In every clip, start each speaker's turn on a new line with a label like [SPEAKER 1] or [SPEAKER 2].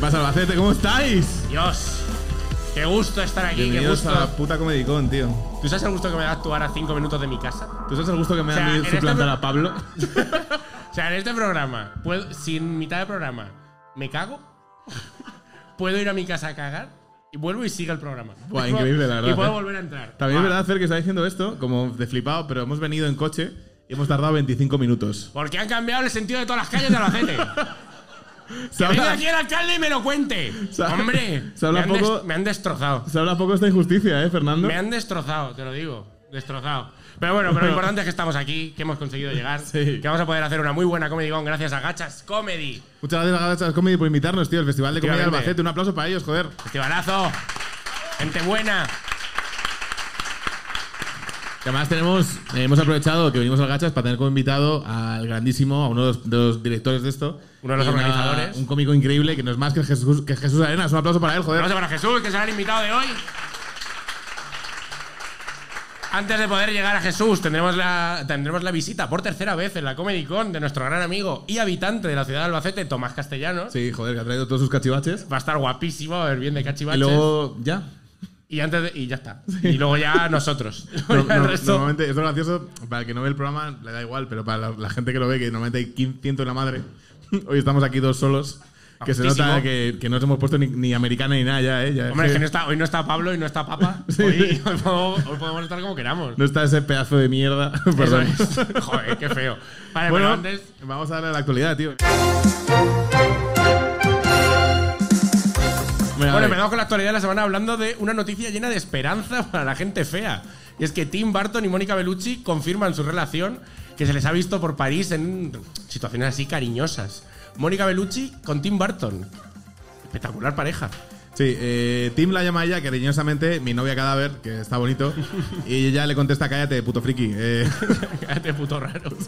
[SPEAKER 1] pasa, Albacete? ¿Cómo estáis?
[SPEAKER 2] Dios, qué gusto estar aquí, qué
[SPEAKER 1] Bienvenidos
[SPEAKER 2] gusto.
[SPEAKER 1] a Puta Comedicón, tío.
[SPEAKER 2] ¿Tú sabes el gusto que me da actuar a 5 minutos de mi casa?
[SPEAKER 1] ¿Tú sabes el gusto que me
[SPEAKER 2] O
[SPEAKER 1] da
[SPEAKER 2] sea,
[SPEAKER 1] a mí
[SPEAKER 2] en este
[SPEAKER 1] suplantar
[SPEAKER 2] pro-
[SPEAKER 1] a Pablo?
[SPEAKER 2] O sea, en este programa, puedo, si en mitad de programa me cago, puedo ir a mi casa a cagar y vuelvo y sigue el programa.
[SPEAKER 1] Buah,
[SPEAKER 2] Y puedo-
[SPEAKER 1] increíble, la
[SPEAKER 2] Y
[SPEAKER 1] verdad,
[SPEAKER 2] puedo
[SPEAKER 1] eh.
[SPEAKER 2] volver a entrar.
[SPEAKER 1] También es
[SPEAKER 2] Buah,
[SPEAKER 1] verdad, Fer, que está diciendo esto, como de flipado, pero hemos venido en coche y hemos tardado 25 minutos.
[SPEAKER 2] Porque han cambiado el sentido de todas las calles de Albacete.
[SPEAKER 1] Se
[SPEAKER 2] Venga
[SPEAKER 1] habla,
[SPEAKER 2] aquí el alcalde y me lo cuente.
[SPEAKER 1] Se habla-
[SPEAKER 2] Hombre,
[SPEAKER 1] se habla
[SPEAKER 2] me, han
[SPEAKER 1] un poco-
[SPEAKER 2] des- me han destrozado.
[SPEAKER 1] se habla poco de esta injusticia, ¿eh, Fernando?
[SPEAKER 2] Me han destrozado, te lo digo. Destrozado. Pero bueno, pero lo importante es que estamos aquí, que hemos conseguido llegar,
[SPEAKER 1] Sí.
[SPEAKER 2] que vamos a poder hacer una muy buena Comedy Con gracias a Gachas Comedy.
[SPEAKER 1] Muchas gracias a Gachas Comedy por invitarnos, tío, el Festival de Comedia de
[SPEAKER 2] Efectivamente.
[SPEAKER 1] Albacete. Un aplauso para ellos, joder.
[SPEAKER 2] Festivalazo. Gente buena.
[SPEAKER 1] Que Además tenemos, eh, hemos aprovechado que venimos al Gachas para tener como invitado al grandísimo, a uno de los, de los directores de esto.
[SPEAKER 2] Uno de los
[SPEAKER 1] Y una-
[SPEAKER 2] organizadores.
[SPEAKER 1] Un cómico increíble que no es más que Jesús, que Jesús Arenas. Un aplauso para él,
[SPEAKER 2] Un
[SPEAKER 1] joder.
[SPEAKER 2] aplauso para Jesús, que será el invitado de hoy. Antes de poder llegar a Jesús, tendremos la, tendremos la visita por tercera vez en la Comedy Con de nuestro gran amigo y habitante de la ciudad de Albacete, Tomás Castellanos.
[SPEAKER 1] Sí, joder, que ha traído todos sus cachivaches.
[SPEAKER 2] Va a estar guapísimo, a ver bien de cachivaches.
[SPEAKER 1] Y luego, ya.
[SPEAKER 2] Y antes de- y ya está. Y luego ya nosotros.
[SPEAKER 1] No-
[SPEAKER 2] Ya el
[SPEAKER 1] no-
[SPEAKER 2] resto.
[SPEAKER 1] Normalmente, esto es gracioso, para el que no ve el programa le da igual, pero para la, la gente que lo ve, que normalmente hay 500 en la madre, hoy estamos aquí dos solos, que se
[SPEAKER 2] Justísimo.
[SPEAKER 1] nota que, que no nos hemos puesto ni, ni americana ni nada ya, ¿eh? Ya,
[SPEAKER 2] Hombre, es que no
[SPEAKER 1] no,
[SPEAKER 2] está, hoy no está Pablo y no está Papa. Hoy, hoy podemos, hoy podemos estar como queramos.
[SPEAKER 1] está ese pedazo de mierda. Perdón.
[SPEAKER 2] Eso es. Joder, qué feo. Vale,
[SPEAKER 1] Bueno,
[SPEAKER 2] pero antes.
[SPEAKER 1] vamos a darle a la actualidad, tío. Mira,
[SPEAKER 2] Bueno,
[SPEAKER 1] a ver.
[SPEAKER 2] empezamos con la actualidad de la semana hablando de una noticia llena de esperanza para la gente fea. Y es que Tim Burton y Mónica Bellucci confirman su relación que se les ha visto por París en situaciones así cariñosas. Mónica Bellucci con Tim Burton. Espectacular pareja.
[SPEAKER 1] Sí, eh, Tim la llama a ella cariñosamente mi novia cadáver, que está bonito, y ella le contesta, cállate, puto friki. Eh,
[SPEAKER 2] Cállate, puto raro.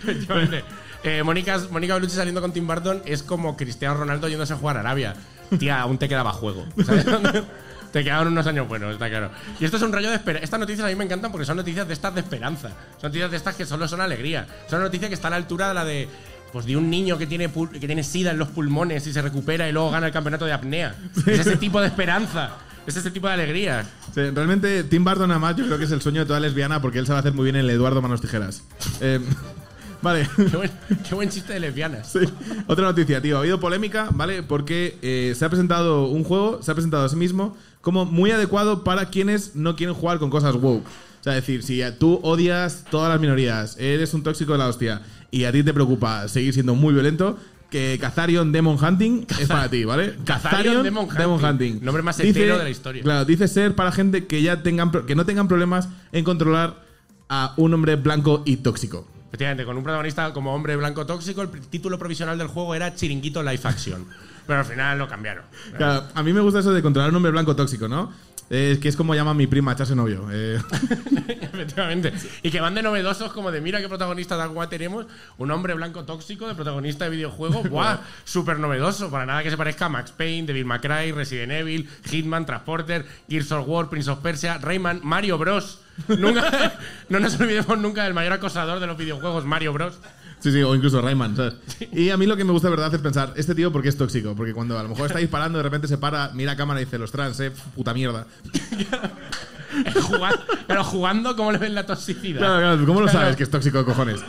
[SPEAKER 2] Efectivamente. Eh, Mónica, Mónica Bellucci saliendo con Tim Burton es como Cristiano Ronaldo yéndose a jugar a Arabia. Tía, aún te quedaba juego. ¿sabes? te quedaban unos años buenos, está claro. Y esto es un rollo de esperanza. Estas noticias a mí me encantan porque son noticias de estas de esperanza. Son noticias de estas que solo son alegría. Son noticias que están a la altura de la de. Pues de un niño que tiene, pul- que tiene sida en los pulmones y se recupera y luego gana el campeonato de apnea. Es ese tipo de esperanza. Es ese tipo de alegría.
[SPEAKER 1] Sí, realmente Tim Burton además yo creo que es el sueño de toda lesbiana porque él sabe hacer muy bien el Eduardo Manos Tijeras. Eh, vale.
[SPEAKER 2] Qué buen, qué buen chiste de lesbianas.
[SPEAKER 1] Sí. Otra noticia, tío. Ha habido polémica, ¿vale? Porque eh, se ha presentado un juego, se ha presentado a sí mismo como muy adecuado para quienes no quieren jugar con cosas woke. O sea, es decir, si tú odias todas las minorías, eres un tóxico de la hostia y a ti te preocupa seguir siendo muy violento, que Kazarion Demon Hunting es para ti, ¿vale?
[SPEAKER 2] Kazarion Demon Hunting. Nombre más hetero de la historia.
[SPEAKER 1] Claro, dice ser para gente que ya tengan pro- que no tengan problemas en controlar a un hombre blanco y tóxico.
[SPEAKER 2] Efectivamente, con un protagonista como hombre blanco tóxico, el título provisional del juego era Chiringuito Life Action. Pero al final lo cambiaron.
[SPEAKER 1] Claro, a mí me gusta eso de controlar un hombre blanco tóxico, ¿no? Eh, Es que es como llama mi prima a echarse novio. eh.
[SPEAKER 2] Efectivamente. Y que van de novedosos como de mira qué protagonista de agua tenemos. Un hombre blanco tóxico de protagonista de videojuego. ¡Buah! Súper novedoso. Para nada que se parezca a Max Payne, Devil May Cry, Resident Evil, Hitman, Transporter, Gears of War, Prince of Persia, Rayman, Mario Bros. Nunca, no nos olvidemos nunca del mayor acosador de los videojuegos, Mario Bros.
[SPEAKER 1] sí, sí, o incluso Rayman, ¿sabes? Y a mí lo que me gusta, de verdad, es pensar, este tío, ¿por qué es tóxico? Porque cuando a lo mejor está disparando, de repente se para, mira a cámara y dice, los trans, eh, puta mierda.
[SPEAKER 2] Jugando, pero jugando, ¿cómo le ven la toxicidad?
[SPEAKER 1] Claro, claro, ¿cómo lo sabes que es tóxico de cojones?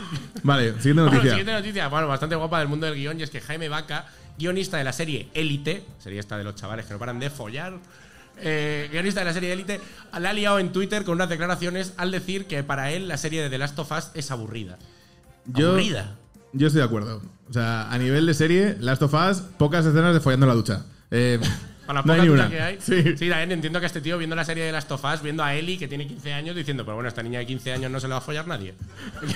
[SPEAKER 1] Vale, siguiente
[SPEAKER 2] Bueno,
[SPEAKER 1] noticia.
[SPEAKER 2] siguiente noticia, bueno, bastante guapa del mundo del guión, y es que Jaime Vaca, guionista de la serie Élite, sería esta de los chavales que no paran de follar, eh, guionista de la serie Élite, la ha liado en Twitter con unas declaraciones al decir que para él la serie de The Last of Us es aburrida.
[SPEAKER 1] Yo,
[SPEAKER 2] Aburrida.
[SPEAKER 1] yo estoy de acuerdo. O sea, a nivel de serie, Last of Us, pocas escenas de follando en la ducha. Eh,
[SPEAKER 2] Para la
[SPEAKER 1] no
[SPEAKER 2] poca
[SPEAKER 1] hay ni
[SPEAKER 2] duda
[SPEAKER 1] una.
[SPEAKER 2] que hay.
[SPEAKER 1] Sí.
[SPEAKER 2] también entiendo que este tío viendo la serie de Last of Us, viendo a Ellie, que tiene 15 años, diciendo, pero bueno, esta niña de 15 años no se la va a follar nadie.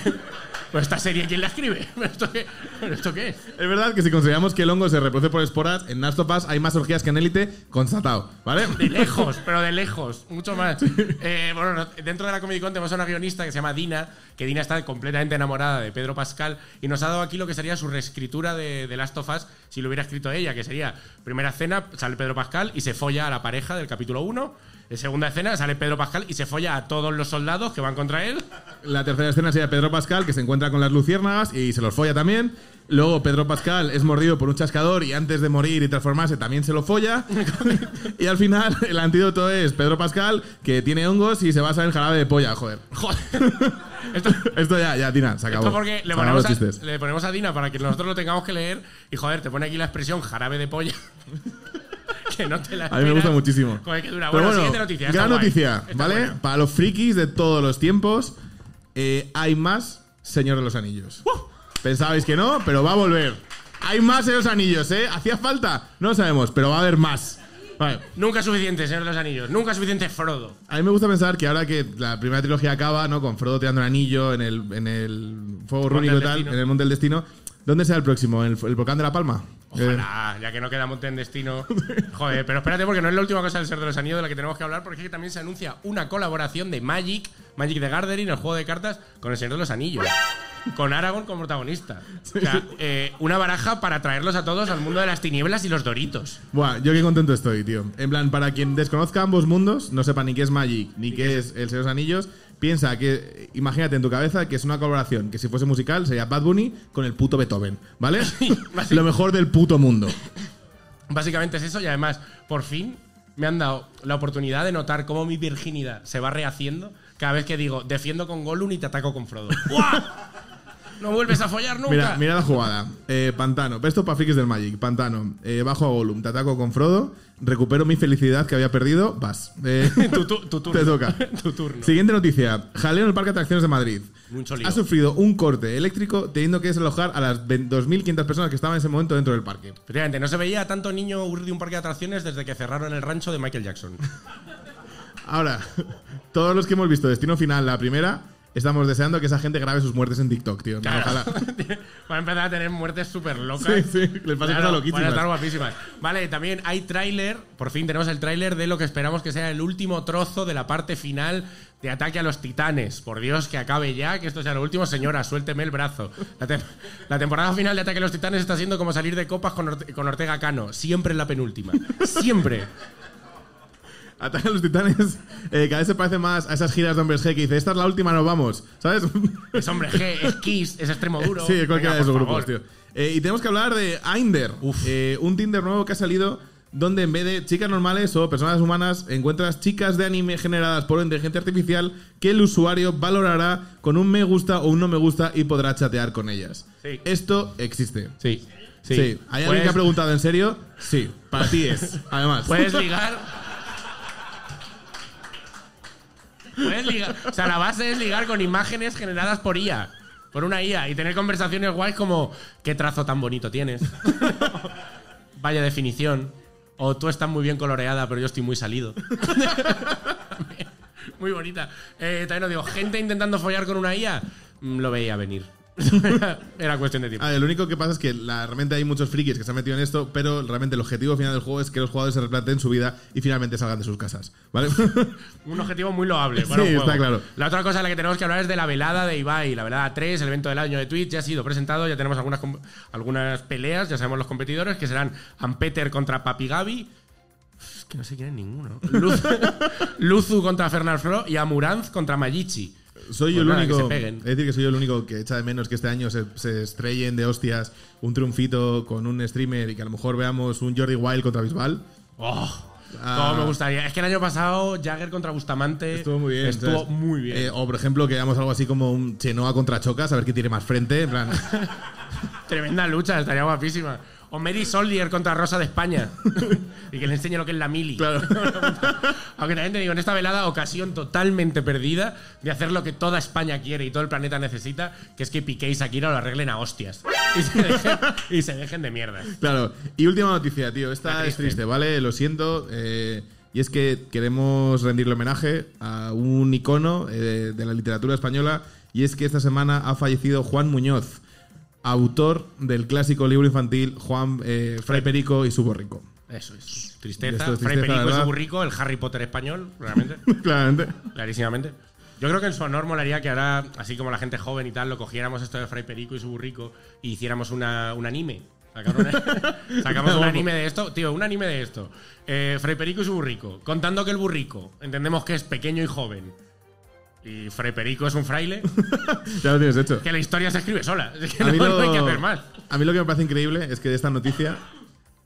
[SPEAKER 2] pues esta serie, ¿quién la escribe? ¿Pero esto qué, ¿Pero esto qué es?
[SPEAKER 1] Es verdad que si consideramos que el hongo se reproduce por esporas, en Last of Us hay más orgías que en Élite, constatado, ¿vale?
[SPEAKER 2] De lejos, pero de lejos, mucho más. Eh, bueno, no- dentro de la Comedy Con tenemos a una guionista que se llama Dina, que Dina está completamente enamorada de Pedro Pascal y nos ha dado aquí lo que sería su reescritura de, de Last of Us si lo hubiera escrito ella, que sería primera cena, sale Pedro Pascal y se folla a la pareja del capítulo 1. En segunda escena sale Pedro Pascal y se folla a todos los soldados que van contra él.
[SPEAKER 1] La tercera escena sería Pedro Pascal que se encuentra con las luciérnagas y se los folla también. Luego Pedro Pascal es mordido por un chascador y antes de morir y transformarse también se lo folla. y al final el antídoto es Pedro Pascal que tiene hongos y se basa en jarabe de polla, joder.
[SPEAKER 2] Joder. Esto,
[SPEAKER 1] Esto ya, ya, Tina, se acabó.
[SPEAKER 2] esto porque
[SPEAKER 1] Se
[SPEAKER 2] le
[SPEAKER 1] acabaron
[SPEAKER 2] ponemos,
[SPEAKER 1] los
[SPEAKER 2] a,
[SPEAKER 1] chistes.
[SPEAKER 2] le ponemos a Dina para que nosotros lo tengamos que leer. Y joder, te pone aquí la expresión jarabe de polla. que no te la
[SPEAKER 1] A mí me
[SPEAKER 2] esperas.
[SPEAKER 1] gusta muchísimo.
[SPEAKER 2] Joder, que dura.
[SPEAKER 1] Pero
[SPEAKER 2] bueno,
[SPEAKER 1] bueno,
[SPEAKER 2] siguiente noticia. está
[SPEAKER 1] gran
[SPEAKER 2] guay.
[SPEAKER 1] noticia,
[SPEAKER 2] Está
[SPEAKER 1] ¿vale?
[SPEAKER 2] buena.
[SPEAKER 1] Para los frikis de todos los tiempos, eh, hay más Señor de los Anillos.
[SPEAKER 2] ¡Uh!
[SPEAKER 1] Pensabais que no, pero va a volver. Hay más Señor de los Anillos, ¿eh? ¿Hacía falta? No lo sabemos, pero va a haber más. Vale.
[SPEAKER 2] Nunca suficiente, Señor de los Anillos. Nunca suficiente Frodo.
[SPEAKER 1] A mí me gusta pensar que ahora que la primera trilogía acaba, ¿no? Con Frodo tirando el anillo en el, en el fuego rúnico y
[SPEAKER 2] del
[SPEAKER 1] tal,
[SPEAKER 2] Destino.
[SPEAKER 1] en el Monte del Destino. ¿Dónde será el próximo? ¿En el, el volcán de la Palma? Eh,
[SPEAKER 2] Ojalá, ya que no queda monte en destino. Joder, pero espérate porque no es la última cosa del Señor de los Anillos de la que tenemos que hablar, porque es que también se anuncia una colaboración de Magic, Magic the Gathering, el juego de cartas, con el Señor de los Anillos. Con Aragorn como protagonista. O sea, eh, una baraja para traerlos a todos al mundo de las tinieblas y los doritos.
[SPEAKER 1] Buah, yo qué contento estoy, tío. En plan, para quien desconozca ambos mundos, no sepa ni qué es Magic, ni qué es El Señor de los Anillos, piensa que, imagínate en tu cabeza que es una colaboración, que si fuese musical sería Bad Bunny con el puto Beethoven, ¿vale?
[SPEAKER 2] básicamente.
[SPEAKER 1] Lo mejor del puto mundo.
[SPEAKER 2] Básicamente es eso y además, por fin me han dado la oportunidad de notar cómo mi virginidad se va rehaciendo cada vez que digo, defiendo con Gollum y te ataco con Frodo. ¡Guau! ¡No vuelves a follar nunca!
[SPEAKER 1] Mira, mira la jugada. Eh, pantano. Esto para frikis del Magic. Pantano. Eh, bajo a Gollum. Te ataco con Frodo. Recupero mi felicidad que había perdido. Vas. Eh,
[SPEAKER 2] Tu, tu- tu turno.
[SPEAKER 1] Te toca.
[SPEAKER 2] tu turno.
[SPEAKER 1] Siguiente noticia. Jaleo en el Parque de Atracciones de Madrid.
[SPEAKER 2] Mucho lío.
[SPEAKER 1] Ha sufrido un corte eléctrico teniendo que desalojar a las 2.500 personas que estaban en ese momento dentro del parque.
[SPEAKER 2] Efectivamente, no se veía tanto niño huir de un parque de atracciones desde que cerraron el rancho de Michael Jackson.
[SPEAKER 1] Ahora, todos los que hemos visto Destino Final, la primera, estamos deseando que esa gente grabe sus muertes en TikTok, tío. Ojalá.
[SPEAKER 2] Van a empezar a tener muertes súper locas.
[SPEAKER 1] Sí, sí, les pasa cosas loquísimas.
[SPEAKER 2] Van a estar guapísimas. Vale, también hay tráiler, por fin tenemos el tráiler de lo que esperamos que sea el último trozo de la parte final de Ataque a los Titanes. Por Dios, que acabe ya, que esto sea lo último. Señora, suélteme el brazo. La, tem- la temporada final de Ataque a los Titanes está siendo como salir de copas con, Orte- con Ortega Cano. Siempre en la penúltima. Siempre.
[SPEAKER 1] Ataque a los titanes. eh, cada vez se parece más a esas giras de hombres G que dice, esta es la última, nos vamos. ¿Sabes?
[SPEAKER 2] Es hombre G, es Kiss, es extremo duro.
[SPEAKER 1] Sí, cualquiera
[SPEAKER 2] Venga,
[SPEAKER 1] de esos
[SPEAKER 2] por
[SPEAKER 1] grupos,
[SPEAKER 2] favor.
[SPEAKER 1] tío. Eh, y tenemos que hablar de Ainder, eh, un Tinder nuevo que ha salido donde en vez de chicas normales o personas humanas encuentras chicas de anime generadas por inteligencia artificial que el usuario valorará con un me gusta o un no me gusta y podrá chatear con ellas.
[SPEAKER 2] Sí.
[SPEAKER 1] Esto existe.
[SPEAKER 2] Sí. Sí.
[SPEAKER 1] Sí.
[SPEAKER 2] Pues
[SPEAKER 1] ¿Hay alguien que ha preguntado en serio? Sí. Para ti es, además.
[SPEAKER 2] Puedes ligar. Puedes ligar. O sea, la base es ligar con imágenes generadas por IA. Por una IA. Y tener conversaciones guays como qué trazo tan bonito tienes. Vaya definición. O tú estás muy bien coloreada, pero yo estoy muy salido. muy bonita. Eh, también os digo, gente intentando follar con una IA. mm, Lo veía venir. Era cuestión de tiempo.
[SPEAKER 1] A ver, lo único que pasa es que la- realmente hay muchos frikis que se han metido en esto, pero realmente el objetivo final del juego es que los jugadores se replanteen su vida y finalmente salgan de sus casas. ¿Vale?
[SPEAKER 2] Un objetivo muy loable. para
[SPEAKER 1] Sí,
[SPEAKER 2] un juego.
[SPEAKER 1] está claro.
[SPEAKER 2] La otra cosa de la que tenemos que hablar es de la velada de Ibai. La velada 3, el evento del año de Twitch, ya ha sido presentado. Ya tenemos algunas, com- algunas peleas, ya sabemos los competidores, que serán Ampeter contra Papi Gaby. Es que no sé quién es ninguno. Luz- Luzu contra Fernand Flo y Amuranz contra Mayichi.
[SPEAKER 1] Soy
[SPEAKER 2] Pues
[SPEAKER 1] el
[SPEAKER 2] nada, que
[SPEAKER 1] único.
[SPEAKER 2] se peguen.
[SPEAKER 1] Es decir, que soy el único que echa de menos que este año se, se estrellen de hostias un triunfito con un streamer y que a lo mejor veamos un Jordi Wild contra Bisbal.
[SPEAKER 2] Oh,
[SPEAKER 1] Ah.
[SPEAKER 2] cómo me gustaría. Es que el año pasado Jagger contra Bustamante
[SPEAKER 1] Estuvo muy bien.
[SPEAKER 2] Estuvo
[SPEAKER 1] ¿sabes?
[SPEAKER 2] muy bien.
[SPEAKER 1] Eh, o por ejemplo, que veamos algo así como un Chenoa contra Chocas, a ver quién tiene más frente. En plan,
[SPEAKER 2] Tremenda lucha, estaría guapísima. O Mary Soldier contra Rosa de España. y que le enseñe lo que es la mili. Claro. Aunque también te digo, en esta velada, ocasión totalmente perdida de hacer lo que toda España quiere y todo el planeta necesita, que es que Piqué y Shakira lo arreglen a hostias. Y se dejen, y se dejen de mierda.
[SPEAKER 1] Claro, y última noticia, tío.
[SPEAKER 2] La
[SPEAKER 1] Esta es
[SPEAKER 2] triste.
[SPEAKER 1] triste, ¿vale? Lo siento. eh, y es que queremos rendirle homenaje a un icono eh, de la literatura española. Y es que esta semana ha fallecido Juan Muñoz, autor del clásico libro infantil Juan eh, Fray Perico y su borrico.
[SPEAKER 2] Eso es.
[SPEAKER 1] Esto
[SPEAKER 2] Tristeza.
[SPEAKER 1] es
[SPEAKER 2] Fray
[SPEAKER 1] tristeza,
[SPEAKER 2] Perico es
[SPEAKER 1] ¿verdad?
[SPEAKER 2] un burrico, el Harry Potter español, realmente.
[SPEAKER 1] Claramente.
[SPEAKER 2] Clarísimamente. Yo creo que en su honor molaría que ahora, así como la gente joven y tal, lo cogiéramos esto de Fray Perico y su burrico y hiciéramos una, un anime. Sacaron- sacamos un anime de esto. Tío, un anime de esto. Eh, Fray Perico y su burrico. Contando que el burrico entendemos que es pequeño y joven. Y Fray Perico es un fraile.
[SPEAKER 1] Ya lo tienes hecho.
[SPEAKER 2] Que la historia se escribe sola. Es que
[SPEAKER 1] A
[SPEAKER 2] no,
[SPEAKER 1] mí
[SPEAKER 2] no
[SPEAKER 1] lo-
[SPEAKER 2] hay que hacer más.
[SPEAKER 1] A mí lo que me parece increíble es que de esta noticia,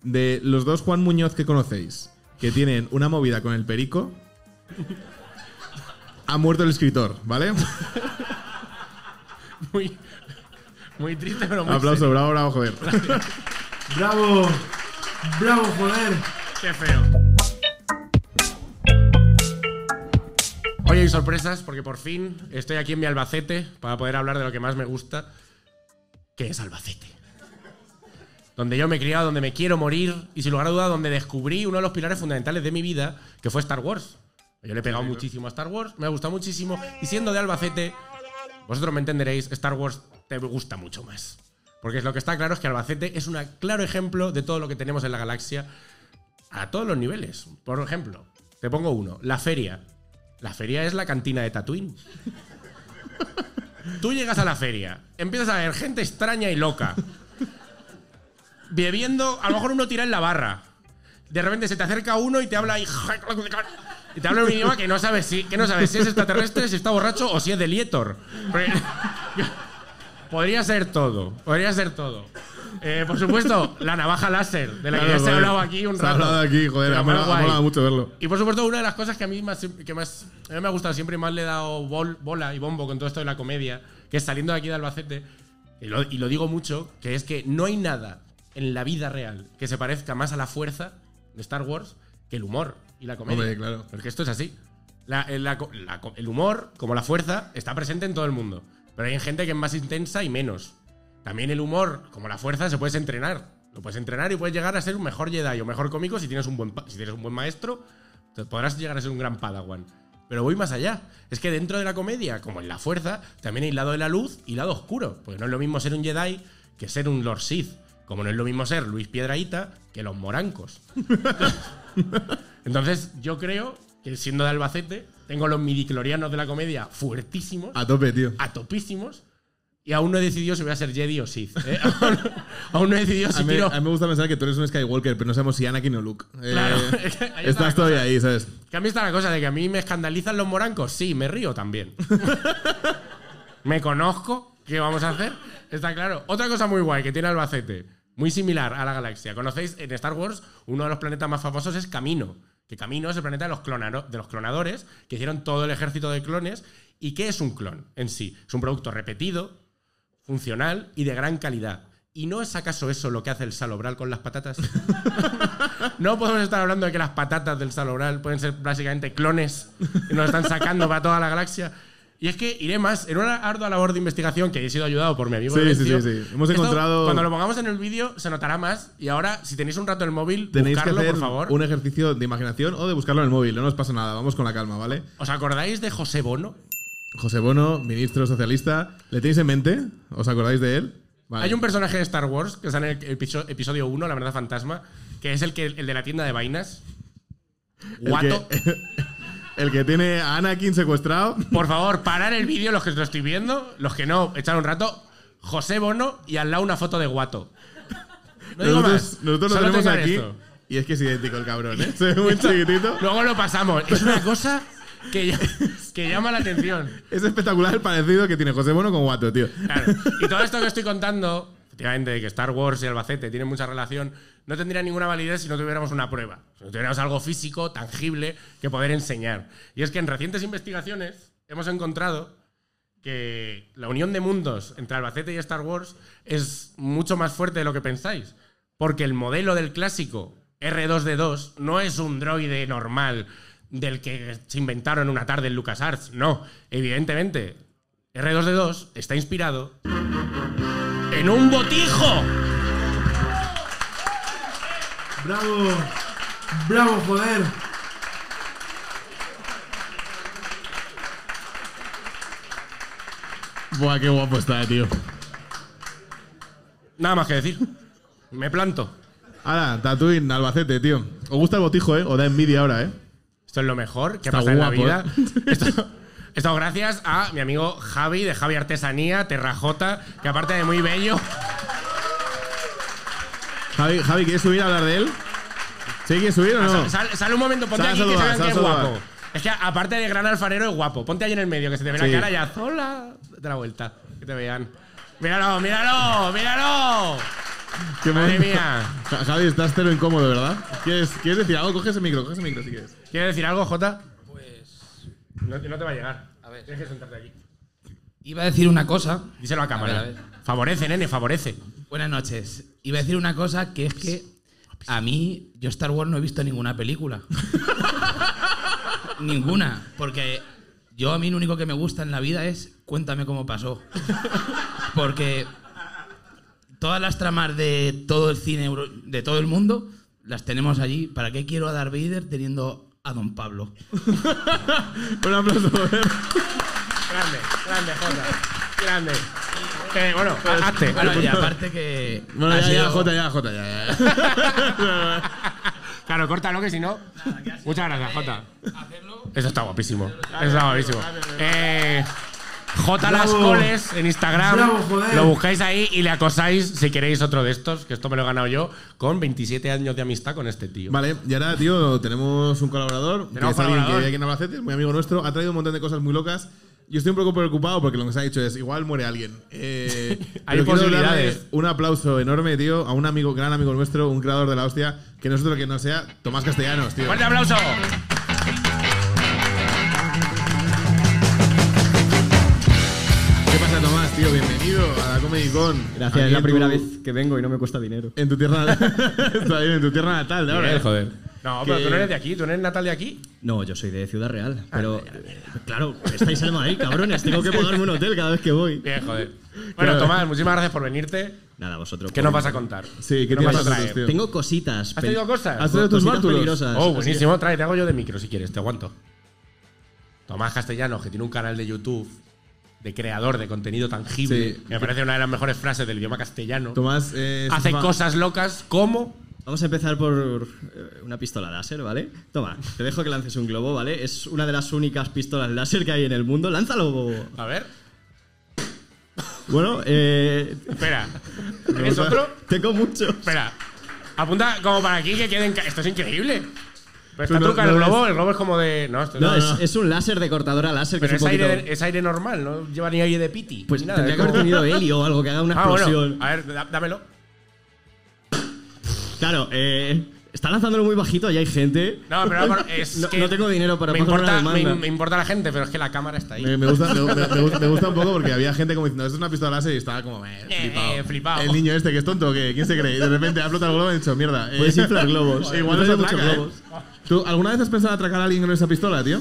[SPEAKER 1] de los dos Juan Muñoz que conocéis, que tienen una movida con el perico, ha muerto el escritor, ¿vale?
[SPEAKER 2] Muy, muy triste, pero muy
[SPEAKER 1] Aplauso,
[SPEAKER 2] serio.
[SPEAKER 1] bravo, bravo, joder.
[SPEAKER 3] ¡Bravo! ¡Bravo, joder!
[SPEAKER 2] Qué feo. Hoy hay sorpresas porque por fin estoy aquí en mi Albacete para poder hablar de lo que más me gusta, que es Albacete. Donde yo me he criado, donde me quiero morir y sin lugar a duda donde descubrí uno de los pilares fundamentales de mi vida, que fue Star Wars. Yo le he pegado muchísimo a Star Wars, me ha gustado muchísimo y siendo de Albacete, vosotros me entenderéis, Star Wars te gusta mucho más. Porque lo que está claro es que Albacete es un claro ejemplo de todo lo que tenemos en la galaxia a todos los niveles. Por ejemplo, te pongo uno. La feria. La feria es la cantina de Tatooine. Tú llegas a la feria, empiezas a ver gente extraña y loca. Bebiendo, a lo mejor uno tira en la barra. De repente se te acerca uno y te habla y, y te habla un idioma que no sabes si, que no sabes si es extraterrestre, si está borracho o si es de Lietor. Porque- Podría ser todo, podría ser todo. Eh, por supuesto, la navaja láser, de la que ya se ha hablado aquí un
[SPEAKER 1] Se ha
[SPEAKER 2] rato.
[SPEAKER 1] hablado aquí, joder,
[SPEAKER 2] Pero
[SPEAKER 1] ha
[SPEAKER 2] muy
[SPEAKER 1] molado, ha
[SPEAKER 2] guay.
[SPEAKER 1] molado mucho verlo.
[SPEAKER 2] Y por supuesto, una de las cosas que a mí más, que más a mí me ha gustado siempre y más le he dado bol- bola y bombo con todo esto de la comedia, que es saliendo de aquí de Albacete, y lo, y lo digo mucho, que es que no hay nada en la vida real que se parezca más a la fuerza de Star Wars que el humor y la comedia.
[SPEAKER 1] Hombre, claro.
[SPEAKER 2] Porque esto es así. La- eh, la co- la co- el humor, como la fuerza, está presente en todo el mundo. Pero hay gente que es más intensa y menos. También el humor, como la fuerza, se puedes entrenar. Lo puedes entrenar y puedes llegar a ser un mejor Jedi o mejor cómico si tienes un buen, pa- si tienes un buen maestro. te podrás llegar a ser un gran padawan. Pero voy más allá. Es que dentro de la comedia, como en la fuerza, también hay lado de la luz y lado oscuro. Porque no es lo mismo ser un Jedi que ser un Lord Sith. Como no es lo mismo ser Luis Piedraíta que los morancos. Entonces, yo creo que siendo de Albacete, tengo los midiclorianos de la comedia fuertísimos,
[SPEAKER 1] A tope, tío.
[SPEAKER 2] a topísimos, y aún no he decidido si voy a ser Jedi o Sith. ¿eh? aún, aún no he decidido
[SPEAKER 1] A
[SPEAKER 2] si
[SPEAKER 1] mí,
[SPEAKER 2] tiro.
[SPEAKER 1] a mí me gusta pensar que tú eres un Skywalker, pero no sabemos si Anakin o Luke. Eh,
[SPEAKER 2] Claro, ahí está la
[SPEAKER 1] estás
[SPEAKER 2] cosa.
[SPEAKER 1] todavía ahí, ¿sabes?
[SPEAKER 2] Que a mí está la cosa de que a mí me escandalizan los morancos. Sí, me río también. me conozco. ¿Qué vamos a hacer? Está claro. Otra cosa muy guay que tiene Albacete, muy similar a la galaxia. Conocéis en Star Wars, uno de los planetas más famosos es Camino. Que Camino es el planeta de los, clonaro- de los clonadores, que hicieron todo el ejército de clones. ¿Y qué es un clon en sí? Es un producto repetido, funcional y de gran calidad. ¿Y no es acaso eso lo que hace el salobral con las patatas? no podemos estar hablando de que las patatas del salobral pueden ser básicamente clones y nos están sacando para toda la galaxia. Y es que iré más, en una ardua labor de investigación que he sido ayudado por mi amigo.
[SPEAKER 1] Sí, sí,
[SPEAKER 2] Lorenzo,
[SPEAKER 1] sí, sí. Hemos
[SPEAKER 2] esto,
[SPEAKER 1] encontrado-
[SPEAKER 2] Cuando lo pongamos en el vídeo se notará más. Y ahora, si tenéis un rato en el móvil,
[SPEAKER 1] Tenéis
[SPEAKER 2] buscarlo,
[SPEAKER 1] que hacer
[SPEAKER 2] por favor.
[SPEAKER 1] un ejercicio de imaginación o de buscarlo en el móvil. No nos pasa nada, vamos con la calma, ¿vale?
[SPEAKER 2] ¿Os acordáis de José Bono?
[SPEAKER 1] José Bono, ministro socialista. ¿Le tenéis en mente? ¿Os acordáis de él? Vale.
[SPEAKER 2] Hay un personaje de Star Wars que sale en el episo- episodio 1, La amenaza fantasma, que es el, que, el de la tienda de vainas.
[SPEAKER 1] El
[SPEAKER 2] Guato.
[SPEAKER 1] que- el que tiene a Anakin secuestrado.
[SPEAKER 2] Por favor, parar el vídeo, los que lo estoy viendo, los que no, echar un rato. José Bono y al lado una foto de Guato. No digo
[SPEAKER 1] nosotros
[SPEAKER 2] más.
[SPEAKER 1] nosotros lo
[SPEAKER 2] Solo
[SPEAKER 1] tenemos
[SPEAKER 2] tengan
[SPEAKER 1] aquí.
[SPEAKER 2] esto.
[SPEAKER 1] Y es que es idéntico el cabrón, ¿eh? Se ve muy chiquitito.
[SPEAKER 2] Luego lo pasamos. Es una cosa que, ll- que llama la atención.
[SPEAKER 1] Es espectacular el parecido que tiene José Bono con Guato, tío.
[SPEAKER 2] Claro. Y todo esto que estoy contando, efectivamente, de que Star Wars y Albacete tienen mucha relación, no tendría ninguna validez si no tuviéramos una prueba. Si no tuviéramos algo físico, tangible, que poder enseñar. Y es que en recientes investigaciones hemos encontrado que la unión de mundos entre Albacete y Star Wars es mucho más fuerte de lo que pensáis. Porque el modelo del clásico R2D2 no es un droide normal del que se inventaron una tarde en LucasArts. No, evidentemente, R2D2 está inspirado en un botijo.
[SPEAKER 3] ¡Bravo! ¡Bravo, joder!
[SPEAKER 1] Buah, qué guapo está, tío.
[SPEAKER 2] Nada más que decir. Me planto.
[SPEAKER 1] Ahora, Tatooine, Albacete, tío. Os gusta el botijo, ¿eh? O da envidia ahora, ¿eh?
[SPEAKER 2] Esto es lo mejor que ha
[SPEAKER 1] Está
[SPEAKER 2] pasado en la
[SPEAKER 1] guapo, ¿eh?
[SPEAKER 2] vida. Esto, esto gracias a mi amigo Javi de Javi Artesanía, Terrajota, que aparte de muy bello,
[SPEAKER 1] Javi, Javi, ¿quieres subir a hablar de él? ¿Sí quieres subir o no?
[SPEAKER 2] Sal- sal- sale un momento, ponte
[SPEAKER 1] Sal a
[SPEAKER 2] aquí que
[SPEAKER 1] saludar,
[SPEAKER 2] se vean
[SPEAKER 1] sal
[SPEAKER 2] que
[SPEAKER 1] a
[SPEAKER 2] es
[SPEAKER 1] saludar.
[SPEAKER 2] guapo. Es que aparte de gran alfarero es guapo. Ponte ahí en el medio, que se te ve
[SPEAKER 1] Sí.
[SPEAKER 2] la cara y haz hola. Date la vuelta, que te vean. Míralo, míralo, míralo.
[SPEAKER 1] Qué
[SPEAKER 2] Madre
[SPEAKER 1] momento.
[SPEAKER 2] mía.
[SPEAKER 1] Ja- Javi, estás cero incómodo, ¿verdad? ¿Quieres, quieres decir algo? Coge ese micro, coge ese micro si quieres.
[SPEAKER 2] ¿Quieres decir algo, Jota?
[SPEAKER 4] Pues
[SPEAKER 2] No, no te va a llegar.
[SPEAKER 4] A ver.
[SPEAKER 2] Tienes que sentarte aquí.
[SPEAKER 4] iba a decir una cosa.
[SPEAKER 2] Díselo a cámara.
[SPEAKER 4] A ver, a ver.
[SPEAKER 2] Favorece, nene, favorece.
[SPEAKER 4] Buenas noches. Iba a decir una cosa que es que a mí, yo Star Wars no he visto ninguna película. ninguna. Porque yo a mí lo único que me gusta en la vida es cuéntame cómo pasó. Porque todas las tramas de todo el cine euro- de todo el mundo las tenemos allí. ¿Para qué quiero a Darth Vader teniendo a Don Pablo?
[SPEAKER 1] Un aplauso.
[SPEAKER 2] Grande, grande, Jota. Grande. Eh, bueno, ha- hazte.
[SPEAKER 4] Pues, Bueno, y aparte que
[SPEAKER 1] Bueno,
[SPEAKER 4] ha
[SPEAKER 1] ya, ya,
[SPEAKER 4] sido-
[SPEAKER 1] Jota, ya, Jota, ya. ya.
[SPEAKER 2] Claro, córtalo que si no. Muchas gracias, Jota. Eso está guapísimo. Eso está guapísimo. Eh, J Las
[SPEAKER 3] Bravo.
[SPEAKER 2] Coles en Instagram.
[SPEAKER 3] Bravo, joder.
[SPEAKER 2] Lo buscáis ahí y le acosáis si queréis otro de estos, que esto me lo he ganado yo, con 27 años de amistad con este tío.
[SPEAKER 1] Vale, y ahora, tío, tenemos un colaborador.
[SPEAKER 2] Tenemos
[SPEAKER 1] que es alguien que
[SPEAKER 2] colaborador.
[SPEAKER 1] vive aquí en Albacete, muy amigo nuestro. Ha traído un montón de cosas muy locas. Yo estoy un poco preocupado porque lo que se ha dicho es: igual muere alguien. Eh,
[SPEAKER 2] Hay
[SPEAKER 1] pero quiero
[SPEAKER 2] posibilidades.
[SPEAKER 1] darles Un aplauso enorme, tío, a un amigo, gran amigo nuestro, un creador de la hostia, que nosotros que no sea Tomás Castellanos, tío.
[SPEAKER 2] ¡Fuerte aplauso!
[SPEAKER 1] ¿Qué pasa, Tomás, tío? Bienvenido a la Comedy Con.
[SPEAKER 5] Gracias,
[SPEAKER 1] Aquí
[SPEAKER 5] es la
[SPEAKER 1] en
[SPEAKER 5] primera
[SPEAKER 1] tu-
[SPEAKER 5] vez que vengo y no me cuesta dinero.
[SPEAKER 1] En tu tierra. Está bien, en tu tierra natal, de ahora.
[SPEAKER 2] Bien,
[SPEAKER 1] ¿eh?
[SPEAKER 2] joder. No, pero
[SPEAKER 1] Que-
[SPEAKER 2] tú no eres de aquí, tú no eres natal de aquí.
[SPEAKER 5] No, yo soy de Ciudad Real, pero eh, claro, estáis en Madrid, cabrones, tengo que pagarme un hotel cada vez que voy.
[SPEAKER 2] Bien, joder. Bueno, Tomás, muchísimas gracias por venirte.
[SPEAKER 5] Nada, vosotros.
[SPEAKER 2] ¿Qué nos vas a contar?
[SPEAKER 1] Sí, ¿qué
[SPEAKER 2] nos
[SPEAKER 1] tienes
[SPEAKER 2] vas a
[SPEAKER 1] nosotros,
[SPEAKER 2] traer?
[SPEAKER 1] tío?
[SPEAKER 5] Tengo cositas.
[SPEAKER 2] ¿Has tenido cosas?
[SPEAKER 1] ¿Has tenido tus
[SPEAKER 5] cositas
[SPEAKER 1] bártulos?
[SPEAKER 5] peligrosas.
[SPEAKER 2] Oh, buenísimo. Trae, te hago yo de micro si quieres, te aguanto. Tomás Castellano, que tiene un canal de YouTube de creador de contenido tangible,
[SPEAKER 1] Sí.
[SPEAKER 2] que me parece una de las mejores frases del idioma castellano.
[SPEAKER 1] Tomás. eh,
[SPEAKER 2] hace
[SPEAKER 1] fa-
[SPEAKER 2] cosas locas como.
[SPEAKER 5] Vamos a empezar por eh, una pistola láser, ¿vale? Toma, te dejo que lances un globo, ¿vale? Es una de las únicas pistolas láser que hay en el mundo. ¡Lánzalo!
[SPEAKER 2] A ver,
[SPEAKER 5] Bueno, eh.
[SPEAKER 2] espera. ¿Es otro?
[SPEAKER 5] Tengo muchos.
[SPEAKER 2] Espera. Apunta como para aquí que queden. ca- Esto es increíble. Pero
[SPEAKER 1] Tú
[SPEAKER 2] está
[SPEAKER 1] no-
[SPEAKER 2] trucado
[SPEAKER 1] no
[SPEAKER 2] el globo,
[SPEAKER 1] ves-
[SPEAKER 2] el globo es como de. No, esto
[SPEAKER 5] No,
[SPEAKER 2] no-
[SPEAKER 5] es, es un láser de cortadora láser
[SPEAKER 2] Pero
[SPEAKER 5] que
[SPEAKER 2] es,
[SPEAKER 5] es un poquito.
[SPEAKER 2] aire, es aire normal, no lleva ni aire de piti.
[SPEAKER 5] pues
[SPEAKER 2] ni nada,
[SPEAKER 5] tendría
[SPEAKER 2] es
[SPEAKER 5] que haber
[SPEAKER 2] como-
[SPEAKER 5] tenido helio o algo que haga una
[SPEAKER 2] Ah,
[SPEAKER 5] explosión.
[SPEAKER 2] bueno. A ver, dá- dámelo.
[SPEAKER 5] Claro, eh, está lanzándolo muy bajito y hay gente.
[SPEAKER 2] No, pero no, es
[SPEAKER 5] No-
[SPEAKER 2] que
[SPEAKER 5] no tengo dinero para
[SPEAKER 2] me
[SPEAKER 5] pagar
[SPEAKER 2] importa,
[SPEAKER 5] una
[SPEAKER 2] me,
[SPEAKER 5] demanda.
[SPEAKER 2] me importa la gente, pero es que la cámara está ahí.
[SPEAKER 1] Me, me gusta, me, me- me gusta- me gusta un poco porque había gente como diciendo, esto es una pistola láser y estaba como, eh,
[SPEAKER 2] Eh,
[SPEAKER 1] flipado.
[SPEAKER 2] eh, flipado.
[SPEAKER 1] El niño este que es tonto, que ¿quién se cree? Y de repente ha flotado el globo y ha dicho, mierda. eh,
[SPEAKER 5] Puedes inflar globos.
[SPEAKER 1] Joder, Igual
[SPEAKER 5] Puedes
[SPEAKER 1] nos
[SPEAKER 5] hacer
[SPEAKER 1] atraca,
[SPEAKER 5] muchos
[SPEAKER 1] eh. ¿Tú alguna vez has pensado atracar a alguien con esa pistola, tío?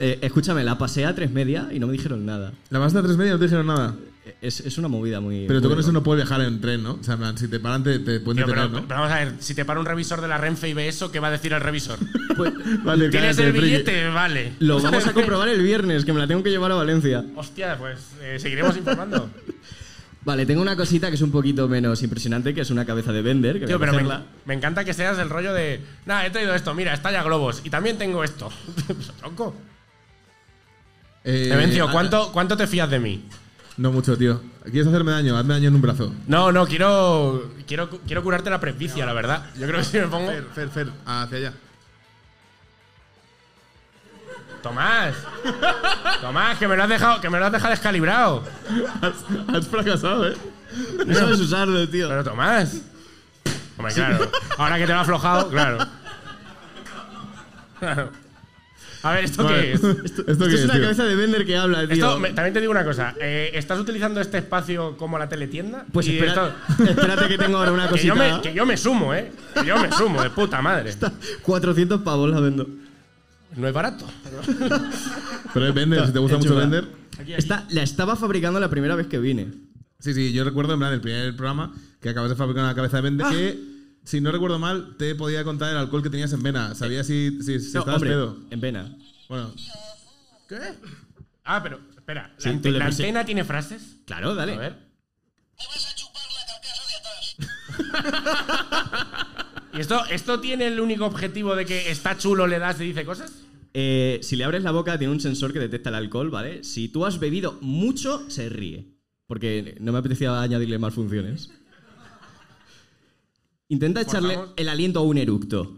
[SPEAKER 5] Eh, escúchame, la pasé a tres media y no me dijeron nada.
[SPEAKER 1] La más de tres media no te dijeron nada.
[SPEAKER 5] Eh, Es, es una movida muy.
[SPEAKER 1] Pero tú
[SPEAKER 5] muy
[SPEAKER 1] con eso
[SPEAKER 5] loca.
[SPEAKER 1] no puedes viajar en tren, ¿no? O sea, en plan, si te paran te, te pueden
[SPEAKER 2] Tío, pero,
[SPEAKER 1] detener, ¿no?
[SPEAKER 2] pero vamos a ver, si te para un revisor de la Renfe y ve eso, ¿qué va a decir el revisor?
[SPEAKER 1] Vale,
[SPEAKER 2] ¿Tienes
[SPEAKER 1] cállate,
[SPEAKER 2] el
[SPEAKER 1] friki.
[SPEAKER 2] billete? Vale.
[SPEAKER 5] Lo vamos a comprobar el viernes, que me la tengo que llevar a Valencia.
[SPEAKER 2] Hostia, pues eh, seguiremos informando.
[SPEAKER 5] Vale, tengo una cosita que es un poquito menos impresionante, que es una cabeza de vender. Que
[SPEAKER 2] Tío,
[SPEAKER 5] voy a
[SPEAKER 2] pero me,
[SPEAKER 5] cogerla.
[SPEAKER 2] me encanta que seas el rollo de. Nada, he traído esto, mira, estalla globos. Y también tengo esto. Pues, Tronco.
[SPEAKER 1] Eh,
[SPEAKER 2] Evencio,
[SPEAKER 1] ah,
[SPEAKER 2] ¿cuánto, ¿cuánto te fías de mí?
[SPEAKER 1] No mucho, tío. ¿Quieres hacerme daño? Hazme daño en un brazo.
[SPEAKER 2] No, no, quiero. Quiero, cu- quiero curarte la presbicia, la verdad. Yo creo que si me pongo.
[SPEAKER 1] Fer, Fer, Fer, hacia allá.
[SPEAKER 2] Tomás. Tomás, que me lo has dejado, que me lo has dejado descalibrado.
[SPEAKER 1] Has, has fracasado, ¿eh?
[SPEAKER 5] No sabes usarlo, tío.
[SPEAKER 2] Pero Tomás. Hombre, claro. Ahora que te lo ha aflojado, claro. Claro. A ver, ¿esto
[SPEAKER 1] Vale.
[SPEAKER 2] qué es?
[SPEAKER 1] ¿Esto,
[SPEAKER 5] Esto
[SPEAKER 1] qué
[SPEAKER 5] es,
[SPEAKER 1] es,
[SPEAKER 5] una
[SPEAKER 1] tío?
[SPEAKER 5] cabeza de vender que habla, tío.
[SPEAKER 2] Esto, me- también te digo una cosa. eh, ¿Estás utilizando este espacio como la teletienda?
[SPEAKER 5] Pues
[SPEAKER 2] Y
[SPEAKER 5] espérate,
[SPEAKER 2] esto-
[SPEAKER 5] espérate que tengo ahora una
[SPEAKER 2] que, yo
[SPEAKER 5] cosita.
[SPEAKER 2] me, que yo me sumo, ¿eh? Que yo me sumo, de puta madre.
[SPEAKER 5] 400 pavos la vendo.
[SPEAKER 2] No es barato.
[SPEAKER 1] Pero es vender, si te gusta
[SPEAKER 5] Es
[SPEAKER 1] mucho
[SPEAKER 5] chula.
[SPEAKER 1] vender.
[SPEAKER 5] Esta, la estaba fabricando la primera vez que vine.
[SPEAKER 1] Sí, sí, yo recuerdo en plan el primer programa que acabas de fabricar una cabeza de vende que, si no recuerdo mal, te podía contar el alcohol que tenías en vena. Sabías si, si, si
[SPEAKER 5] No,
[SPEAKER 1] estabas
[SPEAKER 5] hombre,
[SPEAKER 1] pedo.
[SPEAKER 5] en pena.
[SPEAKER 1] Bueno,
[SPEAKER 2] ¿Qué? Ah, pero, espera.
[SPEAKER 5] Sí,
[SPEAKER 2] ¿La,
[SPEAKER 5] tú le
[SPEAKER 2] la
[SPEAKER 5] presi-
[SPEAKER 2] antena tiene frases?
[SPEAKER 5] Claro, dale.
[SPEAKER 2] A ver. ¿Y esto, esto tiene el único objetivo de que está chulo, le das y dice cosas?
[SPEAKER 5] Eh, si le abres la boca, tiene un sensor que detecta el alcohol, ¿vale? Si tú has bebido mucho, se ríe. Porque no me apetecía añadirle más funciones. Intenta echarle
[SPEAKER 2] Forzamos.
[SPEAKER 5] el aliento a un eructo.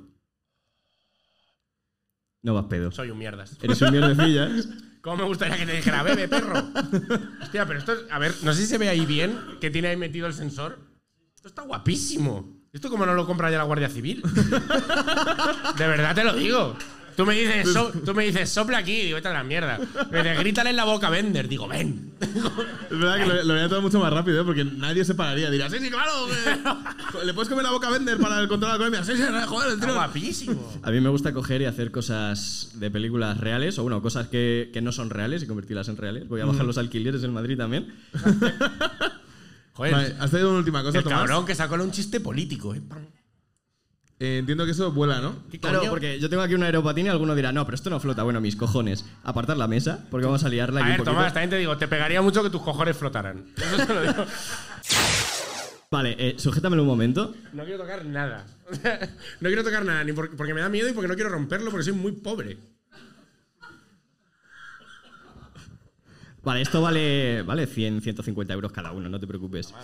[SPEAKER 5] No vas pedo.
[SPEAKER 2] Soy un mierdas.
[SPEAKER 5] Eres un mierdecillas.
[SPEAKER 2] ¿Cómo me gustaría que te dijera, bebe, perro? Hostia, pero esto. es- A ver, no sé si se ve ahí bien que tiene ahí metido el sensor. Esto está guapísimo. Esto como no lo compra ya la Guardia Civil. De verdad te lo digo. Tú me dices, so- tú me dices sopla aquí, digo, vete a la mierda. Me dices, grítale en la boca, Bender. Digo, ven.
[SPEAKER 1] Es verdad que lo, lo haría todo mucho más rápido, ¿eh? porque nadie se pararía. Dirá, sí, sí, claro. eh, ¿Le puedes comer la boca a Bender para el control de la comedia? Sí, sí, no, joder, el
[SPEAKER 2] Está
[SPEAKER 1] tío.
[SPEAKER 2] guapísimo.
[SPEAKER 5] A mí me gusta coger y hacer cosas de películas reales, o bueno, cosas que, que no son reales y convertirlas en reales. Voy a
[SPEAKER 2] Mm.
[SPEAKER 5] bajar los alquileres en Madrid también.
[SPEAKER 2] Joder,
[SPEAKER 1] Vale, has traído una última cosa,
[SPEAKER 2] el
[SPEAKER 1] Tomás.
[SPEAKER 2] cabrón que sacó un chiste político, ¿eh? Pam.
[SPEAKER 1] Eh, entiendo que eso vuela, ¿no?
[SPEAKER 2] ¿Qué
[SPEAKER 5] Claro,
[SPEAKER 2] coño?
[SPEAKER 5] porque yo tengo aquí una aeropatina y alguno dirá, no, pero esto no flota. Bueno, mis cojones, apartar la mesa, porque vamos a liarla
[SPEAKER 2] A
[SPEAKER 5] aquí un
[SPEAKER 2] ver,
[SPEAKER 5] poquito.
[SPEAKER 2] Tomás, también te digo, te pegaría mucho que tus cojones flotaran. Eso te lo digo.
[SPEAKER 5] Vale, eh, sujétamelo un momento.
[SPEAKER 2] No quiero tocar nada. O sea, no quiero tocar nada, ni por- porque me da miedo y porque no quiero romperlo, porque soy muy pobre.
[SPEAKER 5] Vale, esto vale, vale 100, 150 euros cada uno, no te preocupes.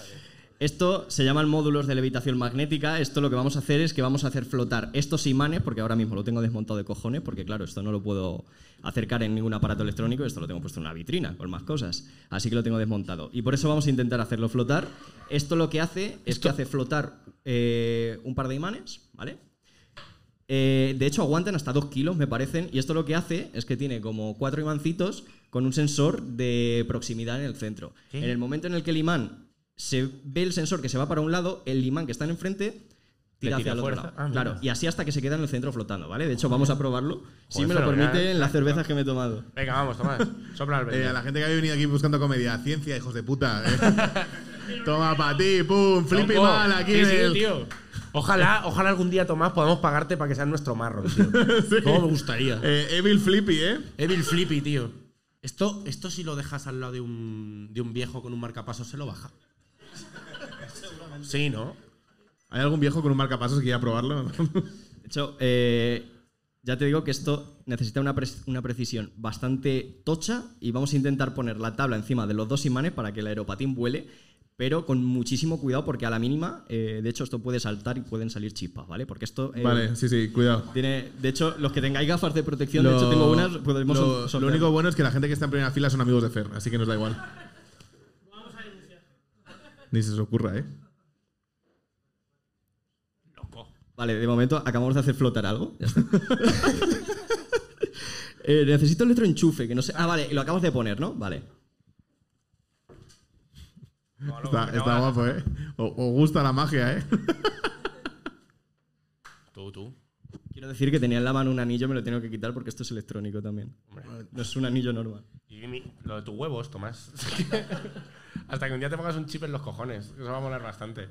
[SPEAKER 5] Esto se llaman módulos de levitación magnética. Esto lo que vamos a hacer es que vamos a hacer flotar estos imanes, porque ahora mismo lo tengo desmontado de cojones, porque claro, esto no lo puedo acercar en ningún aparato electrónico, esto lo tengo puesto en una vitrina con más cosas. Así que lo tengo desmontado. Y por eso vamos a intentar hacerlo flotar. Esto lo que hace es que hace flotar eh, un par de imanes, ¿vale? Eh, de hecho, aguantan hasta 2 kilos, me parecen. Y esto lo que hace es que tiene como cuatro imancitos con un sensor de proximidad en el centro. En el momento en el que el imán se ve el sensor que se va para un lado, el imán que está enfrente
[SPEAKER 2] tira
[SPEAKER 5] tira hacia el otro
[SPEAKER 2] fuerza.
[SPEAKER 5] lado.
[SPEAKER 2] Ah, mira.
[SPEAKER 5] claro, y así hasta que se queda en el centro flotando, ¿vale? De hecho, vamos a probarlo. si me lo
[SPEAKER 2] fenomenal.
[SPEAKER 5] permiten las cervezas que me he tomado.
[SPEAKER 2] Venga, vamos, Tomás. Sopla el
[SPEAKER 1] Eh, a
[SPEAKER 2] verde.
[SPEAKER 1] la gente que había venido aquí buscando comedia, ciencia, hijos de puta. eh. Toma pa' ti, pum, flippy
[SPEAKER 2] Tronco.
[SPEAKER 1] mal aquí.
[SPEAKER 2] Sí,
[SPEAKER 1] en
[SPEAKER 2] sí,
[SPEAKER 1] el-
[SPEAKER 2] tío. Ojalá, ojalá algún día, Tomás, podamos pagarte para que seas nuestro marro, tío. ¿Cómo me gustaría?
[SPEAKER 1] Eh, Evil Flippy, ¿eh?
[SPEAKER 2] Evil Flippy, tío. Esto, esto si lo dejas al lado de un, de un viejo con un marcapasos, se lo baja. Sí, ¿no?
[SPEAKER 1] ¿Hay algún viejo con un marcapasos que quiera probarlo?
[SPEAKER 5] De hecho, eh, ya te digo que esto necesita una, pres- una precisión bastante tocha y vamos a intentar poner la tabla encima de los dos imanes para que el aeropatín vuele, pero con muchísimo cuidado porque a la mínima, eh, de hecho, esto puede saltar y pueden salir chispas, ¿vale? Porque esto... eh,
[SPEAKER 1] vale, sí, sí, cuidado.
[SPEAKER 5] Tiene, de hecho, los que tengáis gafas de protección, de hecho tengo unas, podemos sol-
[SPEAKER 1] lo, lo
[SPEAKER 5] sortear.
[SPEAKER 1] único bueno es que la gente que está en primera fila son amigos de Fer, así que nos da igual. Ni se os ocurra, ¿eh?
[SPEAKER 5] Vale, de momento acabamos de hacer flotar algo. Ya está. Eh, necesito el otro enchufe, que no sé... Ah, vale, lo acabas de poner, ¿no? Vale.
[SPEAKER 1] Está, está guapo, ¿eh? O- Os gusta la magia, ¿eh?
[SPEAKER 2] Tú, tú.
[SPEAKER 5] Quiero decir que tenía en la mano un anillo, me lo tengo que quitar porque esto es electrónico también. No es un anillo normal.
[SPEAKER 2] Y mi- lo de tus huevos, Tomás. Hasta que un día te pongas un chip en los cojones. Eso va a molar bastante.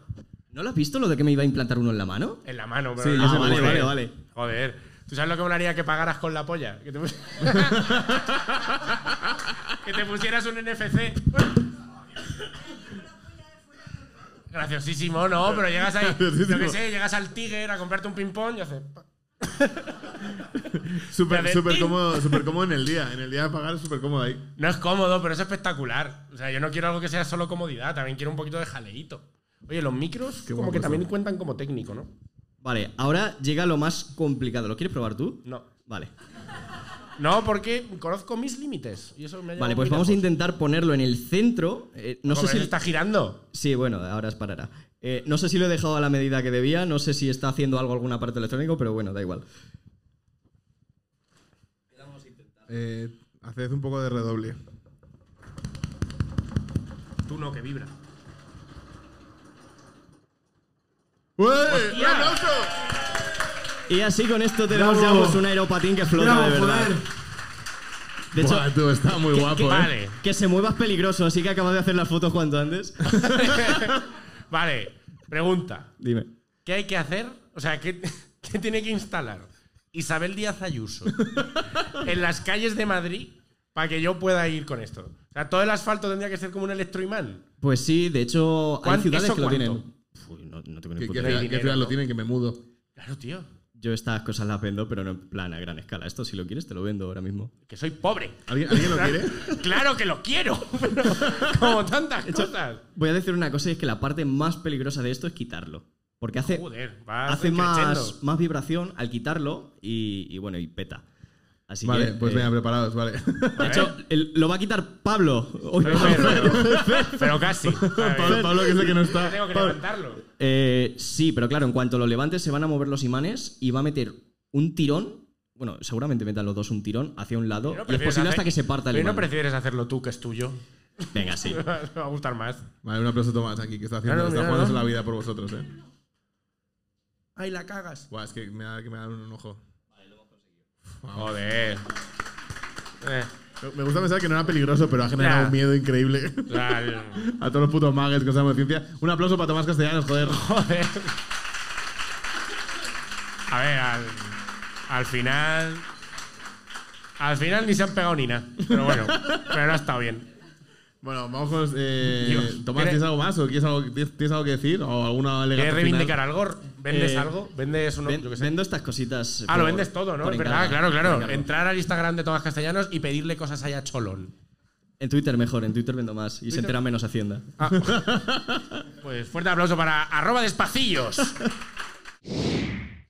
[SPEAKER 5] ¿No lo has visto lo de que me iba a implantar uno en la mano?
[SPEAKER 2] En la mano, pero
[SPEAKER 1] Sí,
[SPEAKER 2] no-
[SPEAKER 1] yo
[SPEAKER 5] Ah,
[SPEAKER 1] sé
[SPEAKER 5] vale,
[SPEAKER 1] lo
[SPEAKER 5] vale, vale.
[SPEAKER 2] Joder. ¿Tú sabes lo que molaría que pagaras con la polla? Que te, pus- que te pusieras un NFC. Graciosísimo, no, pero llegas ahí, yo qué
[SPEAKER 1] Graciosísimo.
[SPEAKER 2] sé, llegas al Tiger a comprarte un ping-pong y haces. pa.
[SPEAKER 1] Súper
[SPEAKER 2] Pero de
[SPEAKER 1] súper
[SPEAKER 2] ti.
[SPEAKER 1] cómodo, súper cómodo en el día. En el día de pagar, súper cómodo ahí.
[SPEAKER 2] No es cómodo, pero es espectacular. O sea, yo no quiero algo que sea solo comodidad, también quiero un poquito de jaleíto. Oye, los micros
[SPEAKER 1] Qué
[SPEAKER 2] como
[SPEAKER 1] guapo
[SPEAKER 2] que también
[SPEAKER 1] son.
[SPEAKER 2] cuentan como técnico, ¿no?
[SPEAKER 5] Vale, ahora llega lo más complicado. ¿Lo quieres probar tú?
[SPEAKER 2] No.
[SPEAKER 5] Vale.
[SPEAKER 2] No, porque conozco mis límites. Y eso me ha
[SPEAKER 5] Vale,
[SPEAKER 2] llevado
[SPEAKER 5] pues
[SPEAKER 2] muy
[SPEAKER 5] vamos a
[SPEAKER 2] lejos.
[SPEAKER 5] intentar ponerlo en el centro. Eh, no sé
[SPEAKER 2] Joder,
[SPEAKER 5] si...
[SPEAKER 2] está girando.
[SPEAKER 5] Sí, bueno, ahora es parará. Eh, no sé si lo he dejado a la medida que debía, no sé si está haciendo algo algún aparato electrónico, pero bueno, da igual.
[SPEAKER 1] Eh, haced un poco de redoble.
[SPEAKER 2] Tú no, que vibra.
[SPEAKER 1] ¡Ué! ¡Un
[SPEAKER 2] ¡Hostia!
[SPEAKER 1] aplauso!
[SPEAKER 5] Y así con esto tenemos ya
[SPEAKER 3] Bravo.
[SPEAKER 5] pues, un aeropatín que flota,
[SPEAKER 3] Bravo,
[SPEAKER 5] de verdad.
[SPEAKER 3] joder.
[SPEAKER 5] De hecho,
[SPEAKER 1] Buah, tú, está muy guapo, ¿eh?
[SPEAKER 2] Vale.
[SPEAKER 5] que se mueva es peligroso, así que acabas de hacer las fotos cuanto antes.
[SPEAKER 2] vale, pregunta.
[SPEAKER 5] Dime.
[SPEAKER 2] ¿Qué hay que hacer? O sea, ¿qué, qué tiene que instalar Isabel Díaz Ayuso en las calles de Madrid para que yo pueda ir con esto? O sea, todo el asfalto tendría que ser como un electroimán.
[SPEAKER 5] Pues sí, de hecho hay
[SPEAKER 2] ¿Cuán-
[SPEAKER 5] ciudades
[SPEAKER 2] eso
[SPEAKER 5] que lo
[SPEAKER 2] cuánto?
[SPEAKER 5] tienen. Uy, no, Pues no tengo ni
[SPEAKER 1] Que, que,
[SPEAKER 5] puta
[SPEAKER 1] que-
[SPEAKER 5] idea.
[SPEAKER 1] que
[SPEAKER 2] dinero,
[SPEAKER 1] final lo
[SPEAKER 2] ¿no?
[SPEAKER 1] tienen, que me mudo.
[SPEAKER 2] Claro, tío.
[SPEAKER 5] Yo estas cosas las vendo, pero no en plan a gran escala. Esto si lo quieres te lo vendo ahora mismo.
[SPEAKER 2] Que soy pobre.
[SPEAKER 1] ¿Alguien, alguien lo quiere?
[SPEAKER 2] Claro que lo quiero. pero como tantas cosas.
[SPEAKER 5] Voy a decir una cosa y es que la parte más peligrosa de esto es quitarlo. Porque hace,
[SPEAKER 2] Joder, va
[SPEAKER 5] hace
[SPEAKER 2] creciendo.
[SPEAKER 5] más, más vibración al quitarlo y, y bueno, y peta. Así
[SPEAKER 1] Vale,
[SPEAKER 5] que,
[SPEAKER 1] pues
[SPEAKER 5] eh,
[SPEAKER 1] venga, preparados, vale.
[SPEAKER 5] de hecho, el- lo va a quitar Pablo. Hoy
[SPEAKER 2] ¿Eh? Pero,
[SPEAKER 5] Pablo.
[SPEAKER 2] pero- pero casi.
[SPEAKER 1] Pablo, Pablo, que es el que no está.
[SPEAKER 2] Tengo que
[SPEAKER 1] Pablo.
[SPEAKER 2] levantarlo.
[SPEAKER 5] Eh, sí, pero claro, en cuanto lo levantes se van a mover los imanes y va a meter un tirón. Bueno, seguramente metan los dos un tirón hacia un lado
[SPEAKER 2] Pero
[SPEAKER 5] y es
[SPEAKER 2] prefieres
[SPEAKER 5] posible
[SPEAKER 2] hacer-
[SPEAKER 5] hasta que se parta el
[SPEAKER 2] pero no
[SPEAKER 5] imán.
[SPEAKER 2] prefieres hacerlo tú, que es tuyo.
[SPEAKER 5] Venga, sí.
[SPEAKER 2] Me va a gustar más.
[SPEAKER 1] Vale, un aplauso a Tomás aquí, que está haciendo,
[SPEAKER 2] Claro,
[SPEAKER 1] está
[SPEAKER 2] mira,
[SPEAKER 1] jugándose
[SPEAKER 2] ¿no?
[SPEAKER 1] la vida por vosotros, eh.
[SPEAKER 2] Ay, la cagas.
[SPEAKER 1] Buah, es que me da, que me da un ojo.
[SPEAKER 2] Joder. Eh,
[SPEAKER 1] Me gusta pensar que no era peligroso, pero ha generado
[SPEAKER 2] Ya.
[SPEAKER 1] un miedo increíble.
[SPEAKER 2] o sea, el-
[SPEAKER 1] A todos los putos magues que sabemos de ciencia. Un aplauso para Tomás Castellanos, joder.
[SPEAKER 2] joder. A ver, al, al final. Al final ni se han pegado ni nada. Pero bueno, pero no ha estado bien.
[SPEAKER 1] Bueno, vamos con los, eh,
[SPEAKER 2] Dios.
[SPEAKER 1] Tomás, ¿tienes algo más o quieres algo, tienes, tienes algo que decir? ¿O alguna
[SPEAKER 2] ¿Quieres
[SPEAKER 1] alegación?
[SPEAKER 2] reivindicar algo? ¿Vendes
[SPEAKER 5] Eh,
[SPEAKER 2] algo? ¿Vendes uno?
[SPEAKER 5] Ven-
[SPEAKER 2] yo qué sé.
[SPEAKER 5] vendo estas cositas.
[SPEAKER 2] Ah, lo
[SPEAKER 5] por-
[SPEAKER 2] vendes todo, ¿no?
[SPEAKER 5] por
[SPEAKER 2] Es verdad,
[SPEAKER 5] encargo,
[SPEAKER 2] claro,
[SPEAKER 5] por
[SPEAKER 2] claro.
[SPEAKER 5] encargo.
[SPEAKER 2] Entrar al Instagram de Tomás Castellanos y pedirle cosas allá cholón.
[SPEAKER 5] En Twitter mejor, en Twitter vendo más y se entera menos Hacienda.
[SPEAKER 2] Pues fuerte aplauso para arroba despacillos.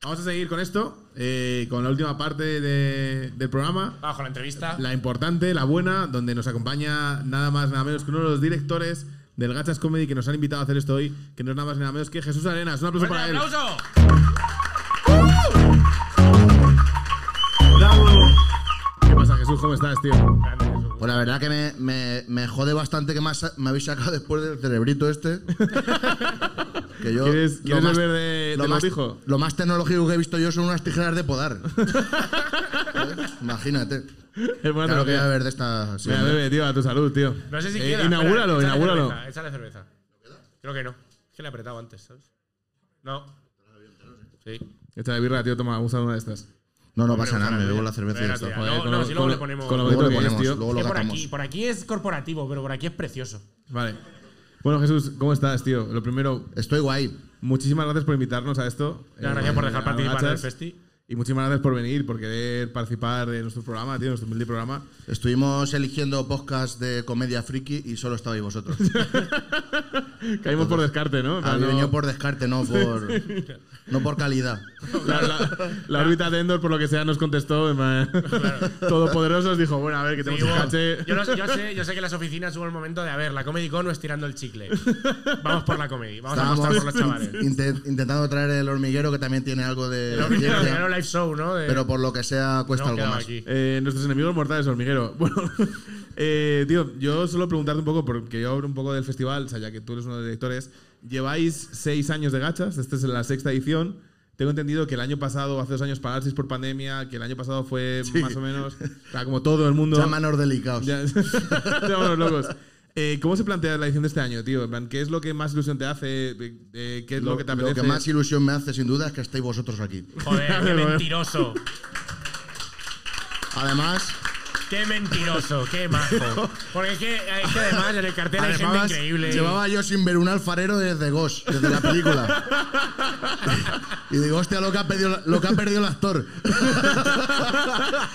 [SPEAKER 1] Vamos a seguir con esto, eh, con la última parte de- del programa.
[SPEAKER 2] Bajo la entrevista.
[SPEAKER 1] La importante, la buena, donde nos acompaña nada más, nada menos que uno de los directores del Gachas Comedy que nos han invitado a hacer esto hoy, que no es nada más, nada menos que Jesús Arenas. Un aplauso
[SPEAKER 2] ¡Fuerte
[SPEAKER 1] para él.
[SPEAKER 2] aplauso!
[SPEAKER 3] Bravo.
[SPEAKER 1] ¿Qué pasa, Jesús? ¿Cómo estás, tío?
[SPEAKER 6] Pues la verdad que me, me- me jode bastante que más me habéis sacado después del cerebrito este. que yo,
[SPEAKER 1] ¿Quieres-
[SPEAKER 6] lo
[SPEAKER 1] quieres
[SPEAKER 6] más-
[SPEAKER 1] beber de-
[SPEAKER 6] lo
[SPEAKER 1] del
[SPEAKER 6] más-
[SPEAKER 1] botijo?
[SPEAKER 6] Lo más tecnológico que he visto yo son unas tijeras de podar. ¿Eh? Imagínate.
[SPEAKER 1] Es buena
[SPEAKER 6] Claro que voy
[SPEAKER 1] tecnología.
[SPEAKER 6] a ver de esta. ¿eh? sí,
[SPEAKER 1] Mira,
[SPEAKER 6] hombre.
[SPEAKER 1] bebe, tío, a tu salud, tío.
[SPEAKER 2] No sé si
[SPEAKER 1] Eh,
[SPEAKER 2] queda.
[SPEAKER 1] Inaugúralo,
[SPEAKER 2] Espera, échale
[SPEAKER 1] inaugúralo.
[SPEAKER 2] cerveza, Échale cerveza. Creo que no. Es que le he apretado antes, ¿sabes? No. Sí.
[SPEAKER 1] Esta de birra, tío, toma, usa una de estas.
[SPEAKER 6] no, no pasa nada, me
[SPEAKER 2] Espera,
[SPEAKER 6] bebo la cerveza y ya
[SPEAKER 2] espera, tía.
[SPEAKER 6] está.
[SPEAKER 1] Joder,
[SPEAKER 2] No,
[SPEAKER 1] con
[SPEAKER 2] no,
[SPEAKER 1] lo-
[SPEAKER 2] si
[SPEAKER 1] con
[SPEAKER 2] luego
[SPEAKER 1] lo-
[SPEAKER 2] le ponemos.
[SPEAKER 1] con lo bonito
[SPEAKER 6] Luego lo
[SPEAKER 1] que es,
[SPEAKER 6] ponemos,
[SPEAKER 1] tío.
[SPEAKER 6] luego lo
[SPEAKER 2] Es que por
[SPEAKER 6] gastamos.
[SPEAKER 2] aquí, por aquí es corporativo, pero por aquí es precioso.
[SPEAKER 1] Vale. Bueno, Jesús, ¿cómo estás, tío? Lo primero,
[SPEAKER 6] Estoy guay.
[SPEAKER 1] muchísimas gracias por invitarnos a esto.
[SPEAKER 2] Ya,
[SPEAKER 1] Eh,
[SPEAKER 2] gracias por
[SPEAKER 1] a-
[SPEAKER 2] dejar
[SPEAKER 1] a
[SPEAKER 2] participar
[SPEAKER 1] Gachas.
[SPEAKER 2] del festi.
[SPEAKER 1] Y muchísimas gracias por venir, por querer participar en nuestro programa, tío, en nuestro humilde programa.
[SPEAKER 6] Estuvimos eligiendo podcast de comedia friki y solo estabais vosotros.
[SPEAKER 1] Caímos por descarte, ¿no?
[SPEAKER 6] Había
[SPEAKER 1] No-
[SPEAKER 6] venido Ah, por descarte, no por, no por calidad.
[SPEAKER 1] La, la- la órbita de Endor, por lo que sea, nos contestó. en plan, Todopoderosos dijo, bueno, a ver, que
[SPEAKER 2] Sí,
[SPEAKER 1] tenemos
[SPEAKER 2] bueno,
[SPEAKER 1] un caché.
[SPEAKER 2] yo, lo- yo sé, yo sé que en las oficinas hubo el momento de, a ver, la Comedy Con no es tirando el chicle. Vamos por la comedy, vamos a apostar por los
[SPEAKER 6] Estábamos
[SPEAKER 2] chavales.
[SPEAKER 6] inte- intentando traer el hormiguero que también tiene algo de.
[SPEAKER 2] Pero mira,
[SPEAKER 6] ciencia,
[SPEAKER 2] mira, live show, ¿no? De-
[SPEAKER 6] pero por lo que sea cuesta
[SPEAKER 2] no,
[SPEAKER 6] algo
[SPEAKER 2] quedaba
[SPEAKER 6] más.
[SPEAKER 2] aquí.
[SPEAKER 1] Eh, nuestros enemigos mortales, hormiguero. Bueno, eh, tío, yo solo preguntarte un poco, porque yo hablo un poco del festival, o sea, ya que tú eres uno de los directores. Lleváis seis años de gachas, esta es la sexta edición. Tengo entendido que el año pasado, hace dos años, parasteis por pandemia, que el año pasado fue más o menos, o sea, como todo el mundo.
[SPEAKER 6] Llámanos delicados.
[SPEAKER 1] Ya- Llámanos locos. Eh, ¿Cómo se plantea la edición de este año, tío? En plan, ¿Qué es lo que más ilusión te hace? Eh, ¿Qué es lo, que te apetece?
[SPEAKER 6] más ilusión me hace, sin duda, es que estéis vosotros aquí.
[SPEAKER 2] Joder, qué mentiroso.
[SPEAKER 6] Además,
[SPEAKER 2] Qué mentiroso, qué majo. Porque es que, es que además en el cartel hay gente
[SPEAKER 6] además,
[SPEAKER 2] increíble.
[SPEAKER 6] llevaba yo sin ver un alfarero desde Ghost, desde la película. y digo, hostia, lo que ha perdido, lo que ha perdido el actor.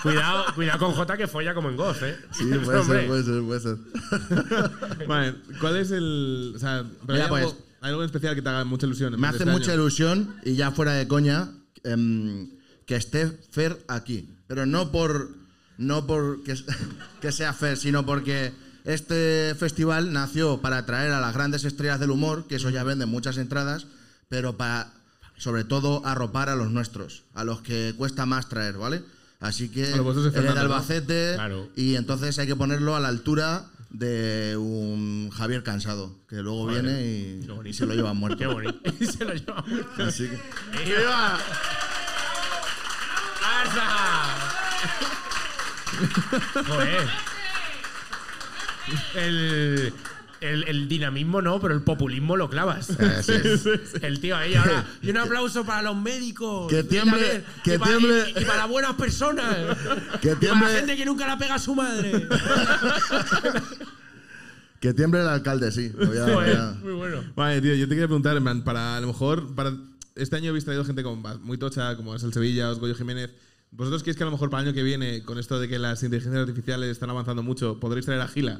[SPEAKER 2] Cuidado, cuidado con Jota que folla como en Ghost, ¿eh?
[SPEAKER 6] Sí, puede
[SPEAKER 2] Hombre,
[SPEAKER 6] ser, puede ser, puede ser.
[SPEAKER 1] Vale, ¿cuál es el. O sea, pero
[SPEAKER 6] Mira,
[SPEAKER 1] hay, algo,
[SPEAKER 6] pues,
[SPEAKER 1] hay algo en especial que te haga mucha ilusión? en
[SPEAKER 6] Me
[SPEAKER 1] plan,
[SPEAKER 6] hace
[SPEAKER 1] este
[SPEAKER 6] mucha
[SPEAKER 1] año?
[SPEAKER 6] ilusión, y ya fuera de coña, em, que esté Fer aquí. Pero no por no por que, que sea Fer, sino porque este festival nació para atraer a las grandes estrellas del humor, que eso ya venden muchas entradas, pero para, sobre todo, arropar a los nuestros, a los que cuesta más traer, ¿vale? Así que
[SPEAKER 1] A los vuestros de
[SPEAKER 6] el de
[SPEAKER 1] Fernando, ¿no?
[SPEAKER 6] Albacete,
[SPEAKER 2] Claro.
[SPEAKER 6] y entonces hay que ponerlo a la altura de un Javier Cansado, que luego viene y- y, se lo lleva muerto.
[SPEAKER 2] Qué bonito. Y se lo lleva muerto.
[SPEAKER 6] Así que-
[SPEAKER 2] ¡Viva! ¡Arsa! Joder. El, el, el dinamismo no, pero el populismo lo clavas.
[SPEAKER 6] Eh, sí.
[SPEAKER 2] El tío ahí ahora. Y un aplauso para los médicos.
[SPEAKER 6] Que
[SPEAKER 2] Y
[SPEAKER 6] tiemble,
[SPEAKER 2] también-
[SPEAKER 6] que
[SPEAKER 2] y para,
[SPEAKER 6] tiemble.
[SPEAKER 2] y- y para buenas personas.
[SPEAKER 6] Que
[SPEAKER 2] Y para
[SPEAKER 6] tiemble,
[SPEAKER 2] la gente que nunca la pega a su madre.
[SPEAKER 6] que tiemble el alcalde, sí. Lo voy a-
[SPEAKER 2] Joder,
[SPEAKER 6] voy a-
[SPEAKER 2] muy bueno.
[SPEAKER 1] Vale, tío, yo te quería preguntar, en plan, para a lo mejor. para Este año habéis traído gente como ba- muy tocha, como es el Sevilla, os Goyo Jiménez. ¿Vosotros creéis que a lo mejor para el año que viene, con esto de que las inteligencias artificiales están avanzando mucho, podréis traer a Gila?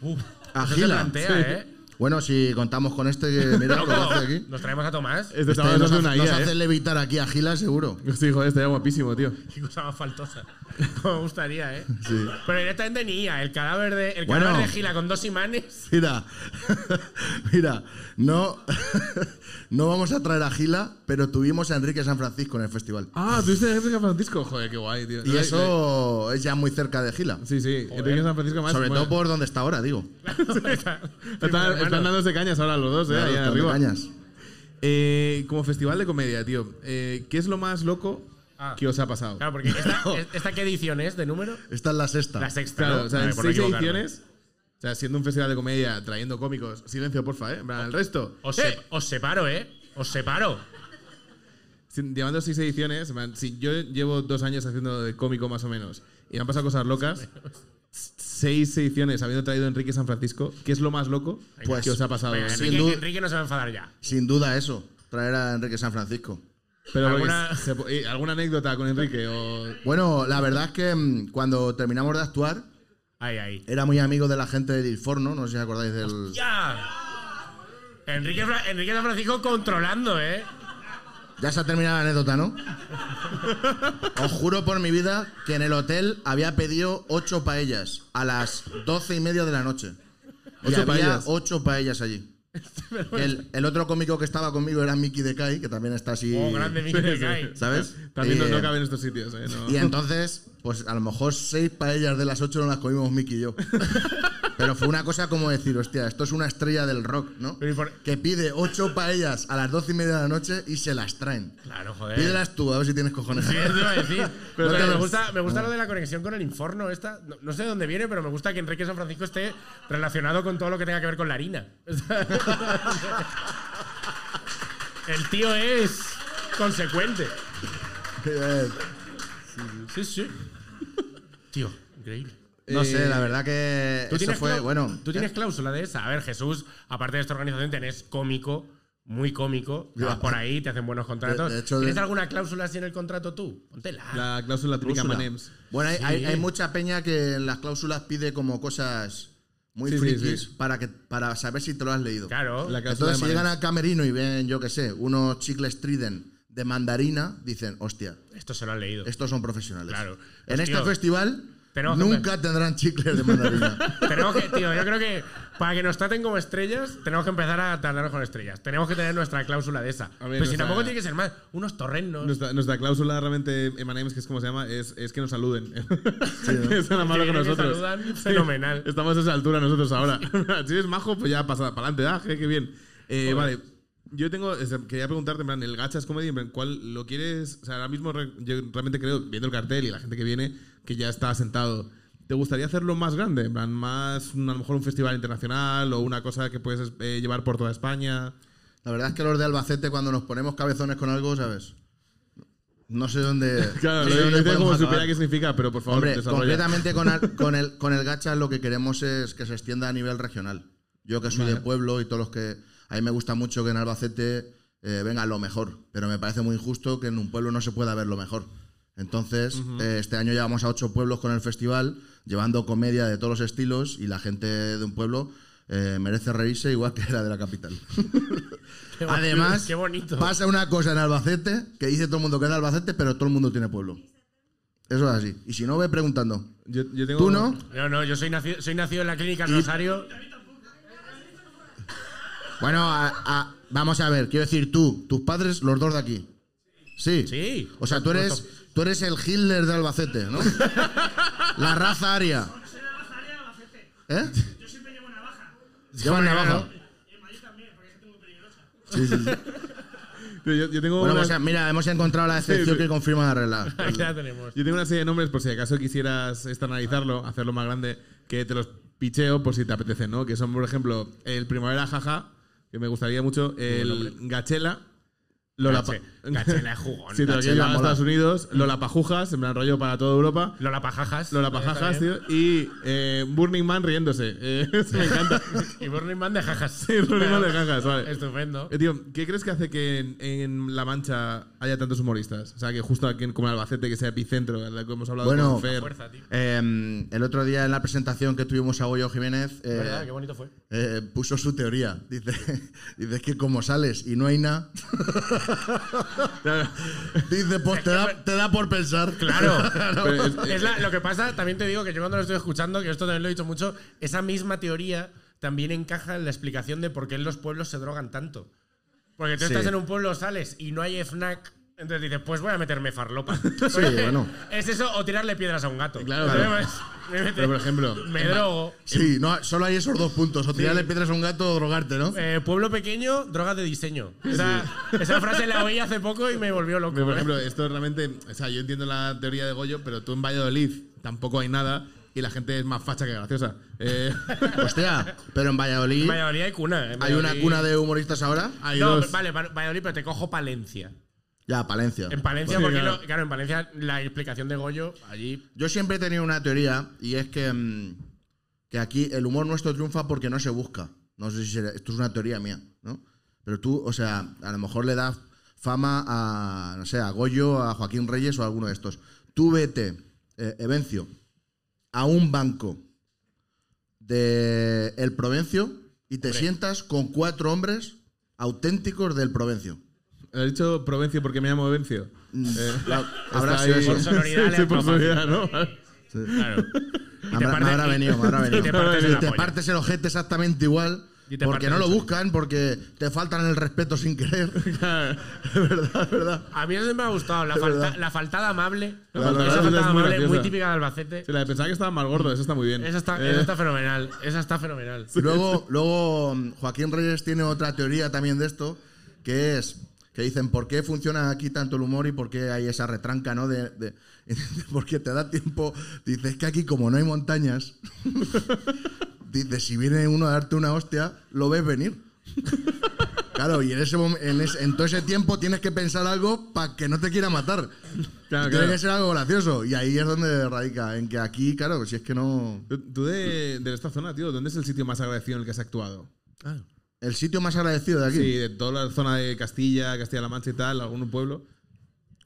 [SPEAKER 2] Uf,
[SPEAKER 6] A
[SPEAKER 2] no se
[SPEAKER 6] Gila.
[SPEAKER 2] plantea,
[SPEAKER 1] Sí.
[SPEAKER 2] ¿eh?
[SPEAKER 6] Bueno, si contamos con este, que mira lo que hace aquí.
[SPEAKER 2] ¿Nos traemos a Tomás?
[SPEAKER 1] Este
[SPEAKER 6] Este
[SPEAKER 1] chaval no
[SPEAKER 6] nos
[SPEAKER 1] es de
[SPEAKER 6] hace,
[SPEAKER 1] una
[SPEAKER 6] nos
[SPEAKER 1] guía,
[SPEAKER 6] hace
[SPEAKER 1] ¿eh?
[SPEAKER 6] levitar aquí a Gila, seguro.
[SPEAKER 1] Sí, joder, estaría guapísimo, tío.
[SPEAKER 2] Qué cosa más faltosa. Como me gustaría, ¿eh? Pero directamente ni IA. El cadáver de, el
[SPEAKER 6] Bueno.
[SPEAKER 2] cadáver de Gila con dos imanes.
[SPEAKER 6] Mira, mira, no, no vamos a traer a Gila, pero tuvimos a Enrique San Francisco en el festival.
[SPEAKER 1] Ah, tuviste Enrique San Francisco. Joder, qué guay, tío.
[SPEAKER 6] Y eso es ya muy cerca de Gila.
[SPEAKER 1] Sí, sí. Enrique San Francisco más.
[SPEAKER 6] Sobre
[SPEAKER 1] bueno,
[SPEAKER 6] todo por donde está ahora, digo.
[SPEAKER 1] Están, están dándose cañas ahora los dos, ¿eh?
[SPEAKER 6] Claro,
[SPEAKER 1] ahí
[SPEAKER 6] está
[SPEAKER 1] arriba.
[SPEAKER 6] de Cañas.
[SPEAKER 1] Eh, como festival de comedia, tío. eh, ¿Qué es lo más loco
[SPEAKER 2] Ah.
[SPEAKER 1] que os ha pasado?
[SPEAKER 2] Claro, porque esta, esta qué edición es de número?
[SPEAKER 6] Esta es la sexta.
[SPEAKER 2] La sexta.
[SPEAKER 1] Ah. Claro,
[SPEAKER 2] ¿no?
[SPEAKER 1] o sea,
[SPEAKER 2] Vale,
[SPEAKER 1] en
[SPEAKER 2] por no
[SPEAKER 1] seis
[SPEAKER 2] equivocarme.
[SPEAKER 1] ediciones, o sea, siendo un festival de comedia, trayendo cómicos, silencio, porfa, ¿eh? En plan, el resto.
[SPEAKER 2] Os,
[SPEAKER 1] ¡eh! Ah,
[SPEAKER 2] se- os separo, ¿eh? Os separo.
[SPEAKER 1] Sin- Llevando seis ediciones, man, si yo llevo dos años haciendo de cómico más o menos y me han pasado cosas locas, seis ediciones habiendo traído a Enrique San Francisco, ¿qué es lo más loco
[SPEAKER 6] Pues,
[SPEAKER 1] que os ha pasado?
[SPEAKER 2] Venga,
[SPEAKER 1] Sí.
[SPEAKER 6] sin
[SPEAKER 2] Enrique,
[SPEAKER 6] duda-
[SPEAKER 2] Enrique no se va a enfadar ya.
[SPEAKER 6] Sin duda eso, traer a Enrique San Francisco.
[SPEAKER 1] Pero porque
[SPEAKER 2] ¿Alguna-
[SPEAKER 1] se po- eh, ¿Alguna anécdota con Enrique? O...
[SPEAKER 6] Bueno, la verdad es que mm, cuando terminamos de actuar,
[SPEAKER 2] Ahí, ahí.
[SPEAKER 6] era muy amigo de la gente del Il Forno, no sé si acordáis del...
[SPEAKER 2] ¡Ya! Enrique, Fra- Enrique San Francisco controlando, ¿eh?
[SPEAKER 6] Ya se ha terminado la anécdota, ¿no? Os juro por mi vida que en el hotel había pedido ocho paellas a las doce y media de la noche. Y
[SPEAKER 1] Ocho
[SPEAKER 6] había
[SPEAKER 1] paellas.
[SPEAKER 6] ocho paellas allí. El, el otro cómico que estaba conmigo era Mickey de Kai, que también está así.
[SPEAKER 2] Oh, grande Mickey de Kai.
[SPEAKER 6] ¿Sabes?
[SPEAKER 1] También no-
[SPEAKER 6] Eh,
[SPEAKER 1] no cabe en estos sitios, ¿eh? No.
[SPEAKER 6] Y entonces, pues a lo mejor seis paellas de las ocho no las comimos Mickey y yo. Pero fue una cosa como decir, hostia, esto es una estrella del rock, ¿no?
[SPEAKER 2] Pero ¿y por-
[SPEAKER 6] Que pide ocho paellas a las doce y media de la noche y se las traen.
[SPEAKER 2] Claro, joder.
[SPEAKER 6] Pídelas tú, a ver si tienes cojones.
[SPEAKER 2] Sí, eso iba a decir.
[SPEAKER 6] Pero
[SPEAKER 2] Pero
[SPEAKER 6] te-
[SPEAKER 2] me gusta, me gusta lo de la conexión con el inforno esta. No, no sé de dónde viene, pero me gusta que Enrique San Francisco esté relacionado con todo lo que tenga que ver con la harina. el tío es consecuente.
[SPEAKER 6] Eh,
[SPEAKER 2] Sí, sí. Tío, increíble.
[SPEAKER 6] No sé,
[SPEAKER 1] Eh,
[SPEAKER 6] la verdad que
[SPEAKER 2] ¿Tú
[SPEAKER 6] eso
[SPEAKER 2] tienes,
[SPEAKER 6] fue,
[SPEAKER 2] clau-
[SPEAKER 6] bueno. eh.
[SPEAKER 2] ¿Tú tienes cláusula de esa? A ver, Jesús, aparte de esta organización, tenés cómico, muy cómico.
[SPEAKER 6] Ya.
[SPEAKER 2] Vas por ahí, te hacen buenos contratos.
[SPEAKER 6] De- de hecho,
[SPEAKER 2] ¿Tienes
[SPEAKER 6] de-
[SPEAKER 2] alguna cláusula así en el contrato tú? Póntela.
[SPEAKER 1] La cláusula típica
[SPEAKER 6] Úrsula.
[SPEAKER 1] Manems.
[SPEAKER 6] Bueno, hay, hay-
[SPEAKER 2] Sí.
[SPEAKER 6] hay mucha peña que en las cláusulas pide como cosas muy
[SPEAKER 1] Sí, sí,
[SPEAKER 6] frikis
[SPEAKER 1] sí.
[SPEAKER 6] Para, que, para saber si te lo has leído.
[SPEAKER 2] Claro.
[SPEAKER 1] La cláusula
[SPEAKER 6] Entonces, si
[SPEAKER 1] de
[SPEAKER 6] llegan
[SPEAKER 1] Manems.
[SPEAKER 6] al camerino y ven, yo qué sé, unos chicles Trident de mandarina, dicen, hostia,
[SPEAKER 2] Esto se lo han leído.
[SPEAKER 6] estos son profesionales.
[SPEAKER 2] Claro.
[SPEAKER 6] En
[SPEAKER 2] Pues,
[SPEAKER 6] este
[SPEAKER 2] tío,
[SPEAKER 6] festival
[SPEAKER 2] tenemos que
[SPEAKER 6] nunca tendrán chicles de mandarina.
[SPEAKER 2] Tenemos que, tío, yo creo que para que nos traten como estrellas, tenemos que empezar a tratarnos con estrellas. Tenemos que tener nuestra cláusula de esa.
[SPEAKER 1] A ver,
[SPEAKER 2] Pero si
[SPEAKER 1] nuestra-
[SPEAKER 2] tampoco tiene que ser más, unos torrenos.
[SPEAKER 1] Nuestra, nuestra cláusula realmente Emanems, que es como se llama, es, es que nos saluden. es tan amable
[SPEAKER 2] Sí,
[SPEAKER 1] con
[SPEAKER 2] que
[SPEAKER 1] nosotros.
[SPEAKER 2] saludan, fenomenal.
[SPEAKER 1] Estamos a esa altura nosotros ahora. si eres majo, pues ya pasa para adelante, ah, je, qué bien. Eh, vale, yo tengo, es- quería preguntarte, en plan, el Gachas Comedy, en plan, ¿cuál lo quieres? O sea, ahora mismo re- yo realmente creo, viendo el cartel y la gente que viene, que ya está sentado. ¿Te gustaría hacerlo más grande? En plan, más, un- a lo mejor un festival internacional o una cosa que puedes eh, llevar por toda España.
[SPEAKER 6] La verdad es que los de Albacete, cuando nos ponemos cabezones con algo, ¿sabes? No sé dónde.
[SPEAKER 1] Claro,
[SPEAKER 6] no sé
[SPEAKER 1] lo
[SPEAKER 6] dónde
[SPEAKER 1] digo
[SPEAKER 6] podemos
[SPEAKER 1] como
[SPEAKER 6] acabar.
[SPEAKER 1] supiera qué significa, pero por favor,
[SPEAKER 6] Hombre,
[SPEAKER 1] desarrolla.
[SPEAKER 6] concretamente con, al- con el, con el gacha lo que queremos es que se extienda a nivel regional. Yo que soy de pueblo y todos los que... A mí me gusta mucho que en Albacete eh, venga lo mejor, pero me parece muy injusto que en un pueblo no se pueda ver lo mejor. Entonces, eh, este año llevamos a ocho pueblos con el festival, llevando comedia de todos los estilos y la gente de un pueblo eh, merece reírse igual que la de la capital.
[SPEAKER 2] Qué bonito,
[SPEAKER 6] Además,
[SPEAKER 2] qué bonito.
[SPEAKER 6] pasa una cosa en Albacete que dice todo el mundo que es de Albacete, pero todo el mundo tiene pueblo. Eso es así. Y si no, ve preguntando.
[SPEAKER 1] Yo, yo tengo
[SPEAKER 6] ¿Tú no?
[SPEAKER 2] No, no, yo soy nacido, soy nacido en la clínica en Rosario.
[SPEAKER 6] Bueno, a- a- vamos a ver, quiero decir tú, tus padres, los dos de aquí. Sí.
[SPEAKER 2] Sí.
[SPEAKER 6] O sea, tú eres, tú eres el Hitler de Albacete, ¿no? La raza aria. ¿Eh? Yo siempre llevo navaja. Llevas navaja. Sí, sí, sí.
[SPEAKER 1] Yo, yo tengo
[SPEAKER 6] Bueno,
[SPEAKER 1] una,
[SPEAKER 6] pues mira, hemos encontrado la excepción
[SPEAKER 1] sí.
[SPEAKER 6] que confirma la regla.
[SPEAKER 2] Aquí la tenemos.
[SPEAKER 1] yo tengo una serie de nombres por si acaso quisieras externalizarlo, hacerlo más grande, que te los picheo por si te apetece, ¿no? Que son, por ejemplo, el Primavera Jaja, que me gustaría mucho, el Gachela, Lola
[SPEAKER 2] Gache-
[SPEAKER 1] Pa-
[SPEAKER 2] Gachela es jugón.
[SPEAKER 1] Si te lo
[SPEAKER 6] Gachela
[SPEAKER 1] quieres llevar a
[SPEAKER 6] mola.
[SPEAKER 1] Estados Unidos, Lola Pajujas, en plan rollo para toda Europa.
[SPEAKER 2] Lola Pajajas.
[SPEAKER 1] Lola Pajajas, tío. Y eh, Burning Man riéndose. Eh, eso me encanta.
[SPEAKER 2] Y Burning Man de jajas.
[SPEAKER 1] Sí, Burning Man de jajas, vale.
[SPEAKER 2] Estupendo.
[SPEAKER 1] Eh, tío, ¿qué crees que hace que en, en La Mancha haya tantos humoristas? O sea, que justo aquí en- como en Albacete, que sea epicentro, de lo que hemos hablado
[SPEAKER 6] Bueno,
[SPEAKER 1] con Fer.
[SPEAKER 2] Fuerza, tío.
[SPEAKER 6] Eh, el otro día en la presentación que tuvimos a Goyo Jiménez, eh,
[SPEAKER 2] ¿Verdad? Qué bonito fue.
[SPEAKER 6] eh, puso su teoría. Dice, dice que como sales y no hay nada, dice, pues te da, te da por pensar.
[SPEAKER 2] Claro.
[SPEAKER 1] Pero es-
[SPEAKER 2] Es la- lo que pasa, también te digo que yo cuando lo estoy escuchando, que esto también lo he dicho mucho, esa misma teoría también encaja en la explicación de por qué en los pueblos se drogan tanto. Porque tú
[SPEAKER 6] Sí.
[SPEAKER 2] estás en un pueblo, sales y no hay FNAC, entonces dices, pues voy a meterme farlopa.
[SPEAKER 6] Sí, bueno.
[SPEAKER 2] Es eso, o tirarle piedras a un gato.
[SPEAKER 1] Claro,
[SPEAKER 2] Entonces,
[SPEAKER 1] claro.
[SPEAKER 2] pues, me meto-
[SPEAKER 1] Pero, por ejemplo,
[SPEAKER 2] me drogo.
[SPEAKER 6] Sí, no, solo hay esos dos puntos. O tirarle piedras a un gato o drogarte, ¿no?
[SPEAKER 2] Eh, pueblo pequeño, drogas de diseño. Esa, esa frase la oí hace poco y me volvió loco.
[SPEAKER 1] Pero, por
[SPEAKER 2] ¿eh?
[SPEAKER 1] ejemplo, esto realmente, o sea, yo entiendo la teoría de Goyo, pero tú en Valladolid tampoco hay nada y la gente es más facha que graciosa. Eh,
[SPEAKER 6] Hostia, pero en Valladolid
[SPEAKER 2] En Valladolid hay cuna. en
[SPEAKER 6] hay una
[SPEAKER 2] Valladolid-
[SPEAKER 6] cuna de humoristas ahora.
[SPEAKER 1] hay
[SPEAKER 2] No,
[SPEAKER 1] dos.
[SPEAKER 2] vale, Va- Valladolid, pero te cojo Palencia.
[SPEAKER 6] Ya, Palencia.
[SPEAKER 2] En Palencia,
[SPEAKER 1] Sí,
[SPEAKER 2] porque
[SPEAKER 1] claro.
[SPEAKER 2] lo- claro, en Palencia la explicación de Goyo allí.
[SPEAKER 6] Yo siempre he tenido una teoría y es que, mm, que aquí el humor nuestro triunfa porque no se busca. No sé si será- esto es una teoría mía, ¿no? Pero tú, o sea, a lo mejor le das fama a, no sé, a Goyo, a Joaquín Reyes o a alguno de estos. Tú vete, eh, Evencio, a un banco de El Provencio y te sientas con cuatro hombres auténticos del Provencio.
[SPEAKER 1] Lo he dicho Provencio porque me llamo Vencio.
[SPEAKER 6] Mm, la-
[SPEAKER 1] Eh, Está
[SPEAKER 6] habrá sido
[SPEAKER 1] ahí-
[SPEAKER 2] Por
[SPEAKER 6] eso.
[SPEAKER 2] sonoridad le
[SPEAKER 1] Sí,
[SPEAKER 2] han
[SPEAKER 1] por
[SPEAKER 2] tocado.
[SPEAKER 1] sonoridad, ¿no?
[SPEAKER 2] Claro.
[SPEAKER 6] Habrá- me
[SPEAKER 2] partes-
[SPEAKER 6] habrá
[SPEAKER 2] y-
[SPEAKER 6] venido, me habrá
[SPEAKER 2] y
[SPEAKER 6] venido.
[SPEAKER 2] te partes
[SPEAKER 6] Y
[SPEAKER 2] en la
[SPEAKER 6] te
[SPEAKER 2] polla.
[SPEAKER 6] partes el ojete exactamente igual.
[SPEAKER 2] Y te
[SPEAKER 6] Porque
[SPEAKER 2] partes
[SPEAKER 6] no lo
[SPEAKER 2] el
[SPEAKER 6] buscan, porque te faltan el respeto sin querer.
[SPEAKER 2] A mí eso siempre me ha gustado. La, falta, la faltada amable.
[SPEAKER 1] La faltada
[SPEAKER 2] esa
[SPEAKER 1] amable es
[SPEAKER 2] faltada
[SPEAKER 1] muy
[SPEAKER 2] amable, muy
[SPEAKER 1] graciosa.
[SPEAKER 2] típica de Albacete.
[SPEAKER 1] Sí, la de pensar que estaba más gordo, eso está muy bien.
[SPEAKER 2] Esa está,
[SPEAKER 1] Eh,
[SPEAKER 2] esa está fenomenal. Esa está fenomenal.
[SPEAKER 6] Luego, luego mm, Joaquín Reyes tiene otra teoría también de esto, que es que dicen por qué funciona aquí tanto el humor y por qué hay esa retranca, ¿no? De, de- porque te da tiempo. Dices que aquí como no hay montañas, dices si viene uno a darte una hostia, lo ves venir. Claro, y en ese mom- en, ese- en todo ese tiempo tienes que pensar algo para que no te quiera matar.
[SPEAKER 1] Claro,
[SPEAKER 6] Tiene
[SPEAKER 1] claro.
[SPEAKER 6] que ser algo gracioso. Y ahí es donde radica, en que aquí, claro, si es que no.
[SPEAKER 1] Tú tú de, de esta zona, tío, ¿dónde es el sitio más agradecido en el que has actuado?
[SPEAKER 6] El sitio más agradecido de aquí.
[SPEAKER 1] Sí, de toda la zona de Castilla, Castilla-La Mancha y tal, algún pueblo.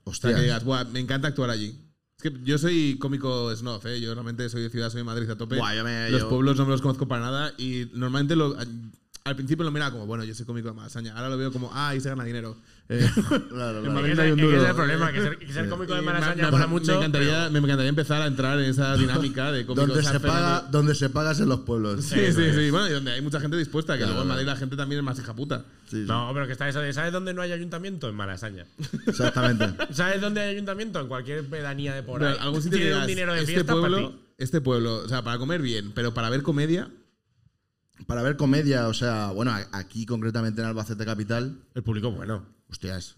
[SPEAKER 1] O sea,
[SPEAKER 6] Hostia.
[SPEAKER 1] que digas, "Buah, me encanta actuar allí. Es que yo soy cómico snob, ¿eh? Yo realmente soy de ciudad, soy de Madrid a tope.
[SPEAKER 6] Buah, yo me-
[SPEAKER 1] los
[SPEAKER 6] yo-
[SPEAKER 1] pueblos no me los conozco para nada y normalmente lo- al principio lo miraba como, bueno, yo soy cómico de Malasaña. Ahora lo veo como, ah, ahí se gana dinero. Eh,
[SPEAKER 6] Claro,
[SPEAKER 1] en
[SPEAKER 6] claro.
[SPEAKER 1] Madrid
[SPEAKER 2] Ese-
[SPEAKER 1] hay un
[SPEAKER 2] ese
[SPEAKER 1] duro.
[SPEAKER 2] es el problema, que ser, que ser cómico de
[SPEAKER 1] Y
[SPEAKER 2] Malasaña
[SPEAKER 1] Eh, me-
[SPEAKER 2] mola
[SPEAKER 1] me-
[SPEAKER 2] mucho.
[SPEAKER 1] Me encantaría, me encantaría empezar a entrar en esa dinámica de cómico
[SPEAKER 6] Donde se,
[SPEAKER 1] surfer,
[SPEAKER 6] paga,
[SPEAKER 1] ¿no?
[SPEAKER 6] donde se pagas en los pueblos.
[SPEAKER 1] Sí, sí, sí. Bueno, y donde hay mucha gente dispuesta, que
[SPEAKER 6] Claro,
[SPEAKER 1] luego en
[SPEAKER 6] claro.
[SPEAKER 1] Madrid la gente también es más hija puta.
[SPEAKER 6] Sí, sí,
[SPEAKER 2] No, pero que está eso de, ¿sabes dónde no hay ayuntamiento? En Malasaña.
[SPEAKER 6] Exactamente.
[SPEAKER 2] ¿Sabes dónde hay ayuntamiento? En cualquier pedanía de por
[SPEAKER 1] Pero
[SPEAKER 2] ahí.
[SPEAKER 1] algún sitio que
[SPEAKER 2] Tienen un
[SPEAKER 1] digas,
[SPEAKER 2] dinero de
[SPEAKER 1] este
[SPEAKER 2] fiesta para
[SPEAKER 1] pueblo,
[SPEAKER 2] ti.
[SPEAKER 1] este pueblo, o sea, para comer bien, pero para ver comedia,
[SPEAKER 6] Para ver comedia, o sea, bueno, a- aquí concretamente en Albacete Capital,
[SPEAKER 2] El público bueno.
[SPEAKER 6] hostias.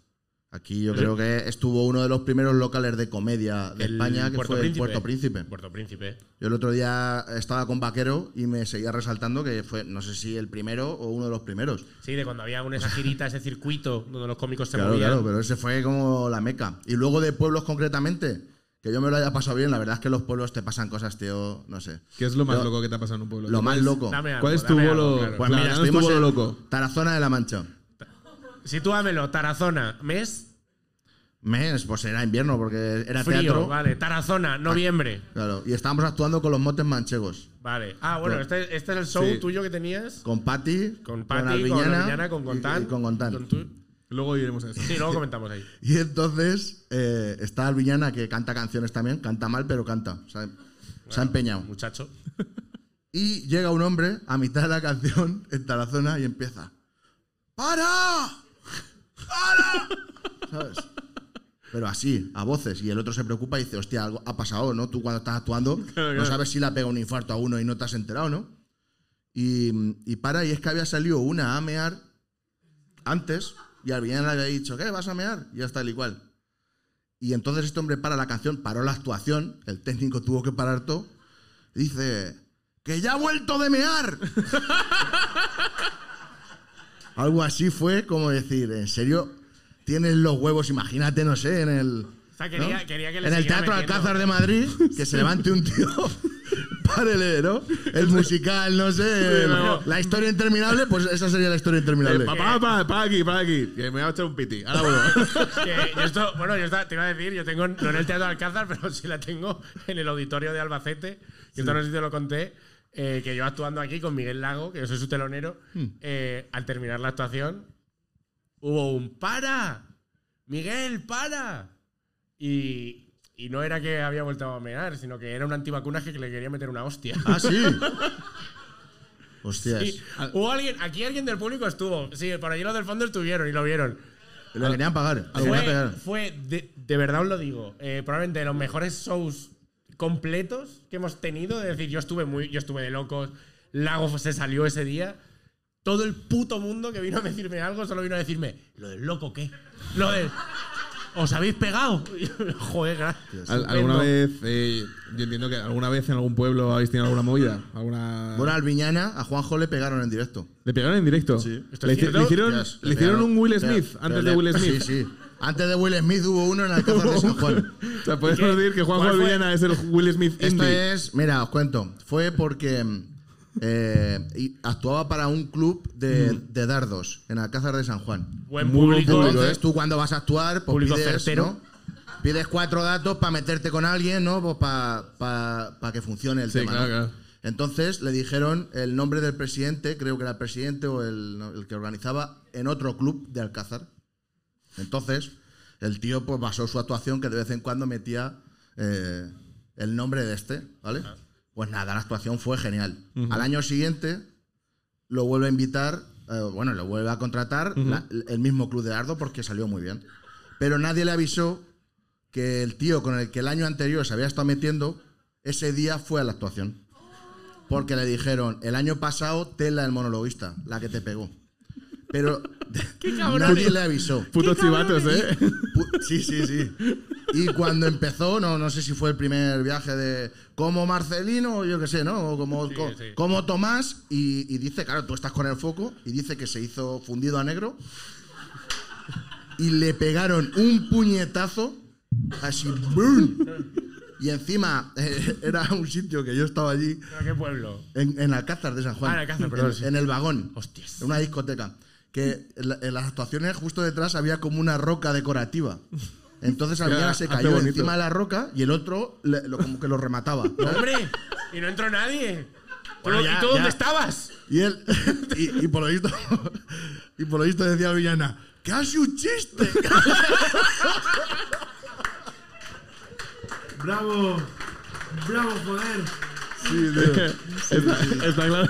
[SPEAKER 6] Aquí yo creo que estuvo uno de los primeros locales de comedia de
[SPEAKER 2] El
[SPEAKER 6] España, que
[SPEAKER 2] Puerto
[SPEAKER 6] fue el
[SPEAKER 2] Príncipe.
[SPEAKER 6] Puerto Príncipe.
[SPEAKER 2] Puerto Príncipe.
[SPEAKER 6] Yo el otro día estaba con Vaquero y me seguía resaltando que fue, no sé si el primero o uno de los primeros.
[SPEAKER 2] Sí, de cuando había una esa girita, ese circuito donde los cómicos se
[SPEAKER 6] Claro,
[SPEAKER 2] movían.
[SPEAKER 6] claro, pero ese fue como la meca. Y luego de pueblos concretamente, que yo me lo haya pasado bien, la verdad es que en los pueblos te pasan cosas, tío, no sé.
[SPEAKER 1] que es lo más
[SPEAKER 6] Lo-
[SPEAKER 1] loco que te ha pasado en un pueblo.
[SPEAKER 6] Lo más
[SPEAKER 1] ¿Cuál es-
[SPEAKER 6] loco.
[SPEAKER 2] Dame algo,
[SPEAKER 1] ¿Cuál es tu
[SPEAKER 2] dame
[SPEAKER 1] bolo?
[SPEAKER 2] algo, claro.
[SPEAKER 6] Pues
[SPEAKER 1] Claro,
[SPEAKER 6] mira,
[SPEAKER 1] danos tu
[SPEAKER 6] estuvimos
[SPEAKER 1] bolo
[SPEAKER 6] en
[SPEAKER 1] loco.
[SPEAKER 6] Tarazona de la Mancha.
[SPEAKER 2] Sitúamelo, Tarazona, mes
[SPEAKER 6] Mes, pues era invierno porque era
[SPEAKER 2] frío,
[SPEAKER 6] teatro. Ah.
[SPEAKER 2] vale. Tarazona, noviembre.
[SPEAKER 6] Claro, y estábamos actuando con los motes manchegos.
[SPEAKER 2] Vale. Ah, bueno, este, este es el show
[SPEAKER 1] Sí.
[SPEAKER 2] tuyo que tenías
[SPEAKER 6] Con Patti,
[SPEAKER 2] con Pati, con Alviñana, con Gontán.
[SPEAKER 6] y, y con Gontán.
[SPEAKER 2] tu-
[SPEAKER 1] Luego iremos a eso.
[SPEAKER 2] Sí, luego comentamos ahí.
[SPEAKER 6] Y entonces eh, está Alviñana que canta canciones también, canta mal, pero canta. O sea, se ha empeñado.
[SPEAKER 2] Muchacho.
[SPEAKER 6] Y llega un hombre a mitad de la canción en Tarazona y empieza. ¡Para! ¡Para! ¿Sabes? Pero así, a voces. Y el otro se preocupa y dice, hostia, algo ha pasado, ¿no? Tú cuando estás actuando no sabes si le ha pegado un infarto a uno y no te has enterado, ¿no? Y, y para, y es que había salido una a mear antes y al villano le había dicho, ¿qué? ¿Vas a mear? Y ya está, el igual. Y entonces este hombre para la canción, paró la actuación, el técnico tuvo que parar todo. Dice, ¡que ya ha vuelto de mear! Algo así fue como decir, en serio, tienes los huevos, imagínate, no sé, en el.
[SPEAKER 2] O sea, quería-
[SPEAKER 6] ¿no?
[SPEAKER 2] quería que le
[SPEAKER 6] En el
[SPEAKER 2] siguiera
[SPEAKER 6] Teatro
[SPEAKER 2] metiendo.
[SPEAKER 6] Alcázar de Madrid, que se levante un tío. Párele, ¿no? El musical, no sé. el-
[SPEAKER 1] luego- Eh,
[SPEAKER 6] la historia interminable, pues esa sería la historia interminable.
[SPEAKER 1] Papá, para, aquí, para aquí. Que me voy a echar un piti. Ahora vuelvo.
[SPEAKER 2] Que yo esto, bueno, yo esta- te iba a decir, yo tengo, no en el Teatro Alcázar, pero sí la tengo en el auditorio de Albacete, que esto no sé si te lo conté, eh, que yo actuando aquí con Miguel Lago, que yo soy su telonero, eh, al terminar la actuación, hubo un ¡para! ¡Miguel, para! Y, y no era que había vuelto a mear, sino que era un antivacunas que le quería meter una hostia.
[SPEAKER 6] Ah, sí. Hostias.
[SPEAKER 2] Y hubo alguien, aquí alguien del público estuvo, sí, por allí los del fondo estuvieron y lo vieron.
[SPEAKER 6] La querían pagar.
[SPEAKER 1] Ah,
[SPEAKER 6] la querían
[SPEAKER 2] Fue,
[SPEAKER 6] pagar.
[SPEAKER 2] fue de, de verdad os lo digo, eh, probablemente de los mejores shows completos que hemos tenido. Es decir, yo estuve muy, yo estuve de locos. Lago se salió ese día. Todo el puto mundo que vino a decirme algo solo vino a decirme, ¿lo del loco qué? Lo del. ¿Os habéis pegado? Joder, gracias.
[SPEAKER 1] Al- ¿Alguna vez, eh, yo entiendo que alguna vez en algún pueblo habéis tenido alguna movida? ¿Alguna...
[SPEAKER 6] Bueno, Alviñana, a Juanjo le pegaron en directo.
[SPEAKER 1] ¿Le pegaron en directo?
[SPEAKER 6] Sí.
[SPEAKER 2] ¿Esto
[SPEAKER 1] ¿Le,
[SPEAKER 2] es
[SPEAKER 1] hici-
[SPEAKER 2] cierto?
[SPEAKER 1] le hicieron,
[SPEAKER 6] Hostias,
[SPEAKER 1] le hicieron
[SPEAKER 6] pegaron.
[SPEAKER 1] un Will
[SPEAKER 6] Le-
[SPEAKER 1] Smith
[SPEAKER 6] le-
[SPEAKER 1] antes
[SPEAKER 6] le-
[SPEAKER 1] de Will Smith?
[SPEAKER 6] Sí, sí. Antes de Will Smith hubo uno en Alcázar de San Juan.
[SPEAKER 1] o sea, podemos
[SPEAKER 2] ¿Y qué?
[SPEAKER 1] decir que Juanjo
[SPEAKER 2] ¿Cuál fue?
[SPEAKER 1] Alvillena es el Will Smith este.
[SPEAKER 6] Esto
[SPEAKER 1] indie.
[SPEAKER 6] es, mira, os cuento. Fue porque eh, y actuaba para un club de, de dardos en Alcázar de San Juan.
[SPEAKER 2] Buen
[SPEAKER 1] Muy
[SPEAKER 2] Mm.
[SPEAKER 1] buen
[SPEAKER 2] público. eh.
[SPEAKER 1] público,
[SPEAKER 6] Entonces, tú cuando vas a actuar, pues
[SPEAKER 2] Público
[SPEAKER 6] pides,
[SPEAKER 2] certero.
[SPEAKER 6] ¿no? Pides cuatro datos para meterte con alguien, ¿no? Pues para que funcione el
[SPEAKER 1] Sí,
[SPEAKER 6] tema.
[SPEAKER 1] claro,
[SPEAKER 6] ¿no?
[SPEAKER 1] claro.
[SPEAKER 6] Entonces le dijeron el nombre del presidente, creo que era el presidente o el, no, el que organizaba en otro club de Alcázar. Entonces, el tío pues basó su actuación que de vez en cuando metía eh, el nombre de este, ¿vale? Pues nada, la actuación fue genial. Al año siguiente, lo vuelve a invitar, eh, bueno, lo vuelve a contratar la- el mismo club de dardo porque salió muy bien. Pero nadie le avisó que el tío con el que el año anterior se había estado metiendo, ese día fue a la actuación. Porque le dijeron, el año pasado, tela el monologuista, la que te pegó. Pero nadie le avisó.
[SPEAKER 1] Putos chivatos, ¿eh?
[SPEAKER 6] Pu- Sí, sí, sí. Y cuando empezó, no, no sé si fue el primer viaje de como Marcelino, o yo qué sé, ¿no? O como, co- como Tomás, y, y dice, claro, tú estás con el foco, y dice que se hizo fundido a negro. Y le pegaron un puñetazo, así, ¡boom! Y encima eh, era un sitio que yo estaba allí,
[SPEAKER 2] Pero qué pueblo.
[SPEAKER 6] en, en Alcázar de San Juan.
[SPEAKER 2] Ah, en Alcázar, perdón,
[SPEAKER 6] En,
[SPEAKER 2] sí.
[SPEAKER 6] en el vagón.
[SPEAKER 2] Hostias.
[SPEAKER 6] En una discoteca. Que en, la- en las actuaciones justo detrás había como una roca decorativa. Entonces Alviana se
[SPEAKER 1] hace
[SPEAKER 6] cayó
[SPEAKER 1] bonito.
[SPEAKER 6] encima de la roca y el otro le- lo- como que lo remataba.
[SPEAKER 2] ¡Hombre! Y no entró nadie.
[SPEAKER 6] Bueno,
[SPEAKER 2] ¿Y
[SPEAKER 6] ya,
[SPEAKER 2] tú dónde
[SPEAKER 6] ya.
[SPEAKER 2] estabas?
[SPEAKER 6] Y él, y, y por lo visto, y por lo visto decía Villana, casi un chiste.
[SPEAKER 3] Bravo, bravo, joder.
[SPEAKER 1] está, está claro,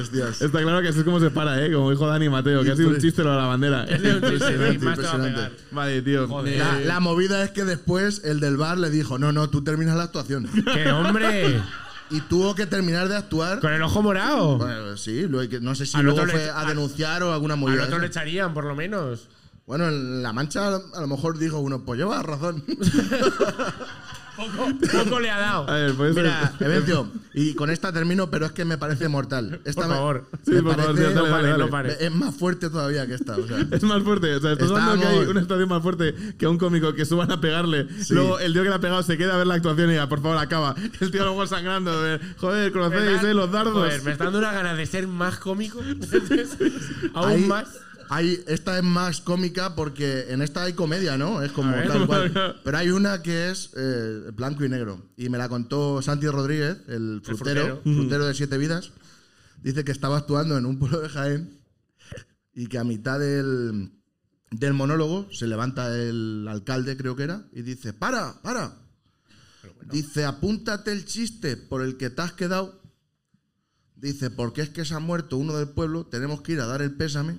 [SPEAKER 6] Hostias.
[SPEAKER 1] está claro que así es como se para, ¿eh? Como dijo Dani Mateo, que ha sido un chiste lo de la bandera.
[SPEAKER 2] Impresionante, más te va a
[SPEAKER 6] impresionante.
[SPEAKER 2] pegar.
[SPEAKER 1] Vale, tío.
[SPEAKER 2] Joder.
[SPEAKER 6] La, la movida es que después el del bar le dijo, no, no, tú terminas la actuación.
[SPEAKER 2] ¡Qué hombre!
[SPEAKER 6] Y tuvo que terminar de actuar.
[SPEAKER 2] Con el ojo morado.
[SPEAKER 6] Bueno, sí, lo- no sé si
[SPEAKER 2] Al
[SPEAKER 6] luego
[SPEAKER 2] otro le-
[SPEAKER 6] fue a
[SPEAKER 2] al-
[SPEAKER 6] denunciar o alguna
[SPEAKER 2] Al
[SPEAKER 6] movida.
[SPEAKER 2] otro
[SPEAKER 6] de
[SPEAKER 2] le
[SPEAKER 6] esas.
[SPEAKER 2] echarían, por lo menos.
[SPEAKER 6] Bueno, en La Mancha a lo mejor dijo uno, pues lleva razón.
[SPEAKER 2] Poco, poco le ha dado.
[SPEAKER 1] A ver, puedes
[SPEAKER 6] Mira, Evencio, y con esta termino, pero es que me parece mortal. Esta
[SPEAKER 2] Por
[SPEAKER 6] me-
[SPEAKER 2] favor.
[SPEAKER 1] Sí,
[SPEAKER 6] me
[SPEAKER 1] por favor,
[SPEAKER 6] parece-
[SPEAKER 1] tío, dale, dale,
[SPEAKER 2] no
[SPEAKER 1] dale.
[SPEAKER 2] pare.
[SPEAKER 6] me- Es más fuerte todavía que esta. o sea.
[SPEAKER 1] Es más fuerte, o sea, estás hablando que hay
[SPEAKER 6] Estamos-
[SPEAKER 1] una estación más fuerte que a un cómico que suban a pegarle. Luego el tío que le ha pegado se queda a ver la actuación y diga, por favor, acaba. El tío luego sangrando, de, joder, conocéis,
[SPEAKER 2] ¿Verdad?
[SPEAKER 1] eh, los dardos.
[SPEAKER 2] Joder, me está dando una gana de ser más cómico. Aún
[SPEAKER 6] Ahí-
[SPEAKER 2] más.
[SPEAKER 6] ahí- esta es más cómica porque en esta hay comedia, ¿no? Es como
[SPEAKER 2] A ver.
[SPEAKER 6] tal cual. Pero hay una que es eh, blanco y negro. Y me la contó Santi Rodríguez, el
[SPEAKER 2] frutero.
[SPEAKER 6] frutero, frutero de Siete Vidas. Dice que estaba actuando en un pueblo de Jaén y que a mitad del, del monólogo se levanta el alcalde, creo que era, y dice, para, para. Dice, apúntate el chiste por el que te has quedado. Dice, porque es que se ha muerto uno del pueblo, tenemos que ir a dar el pésame.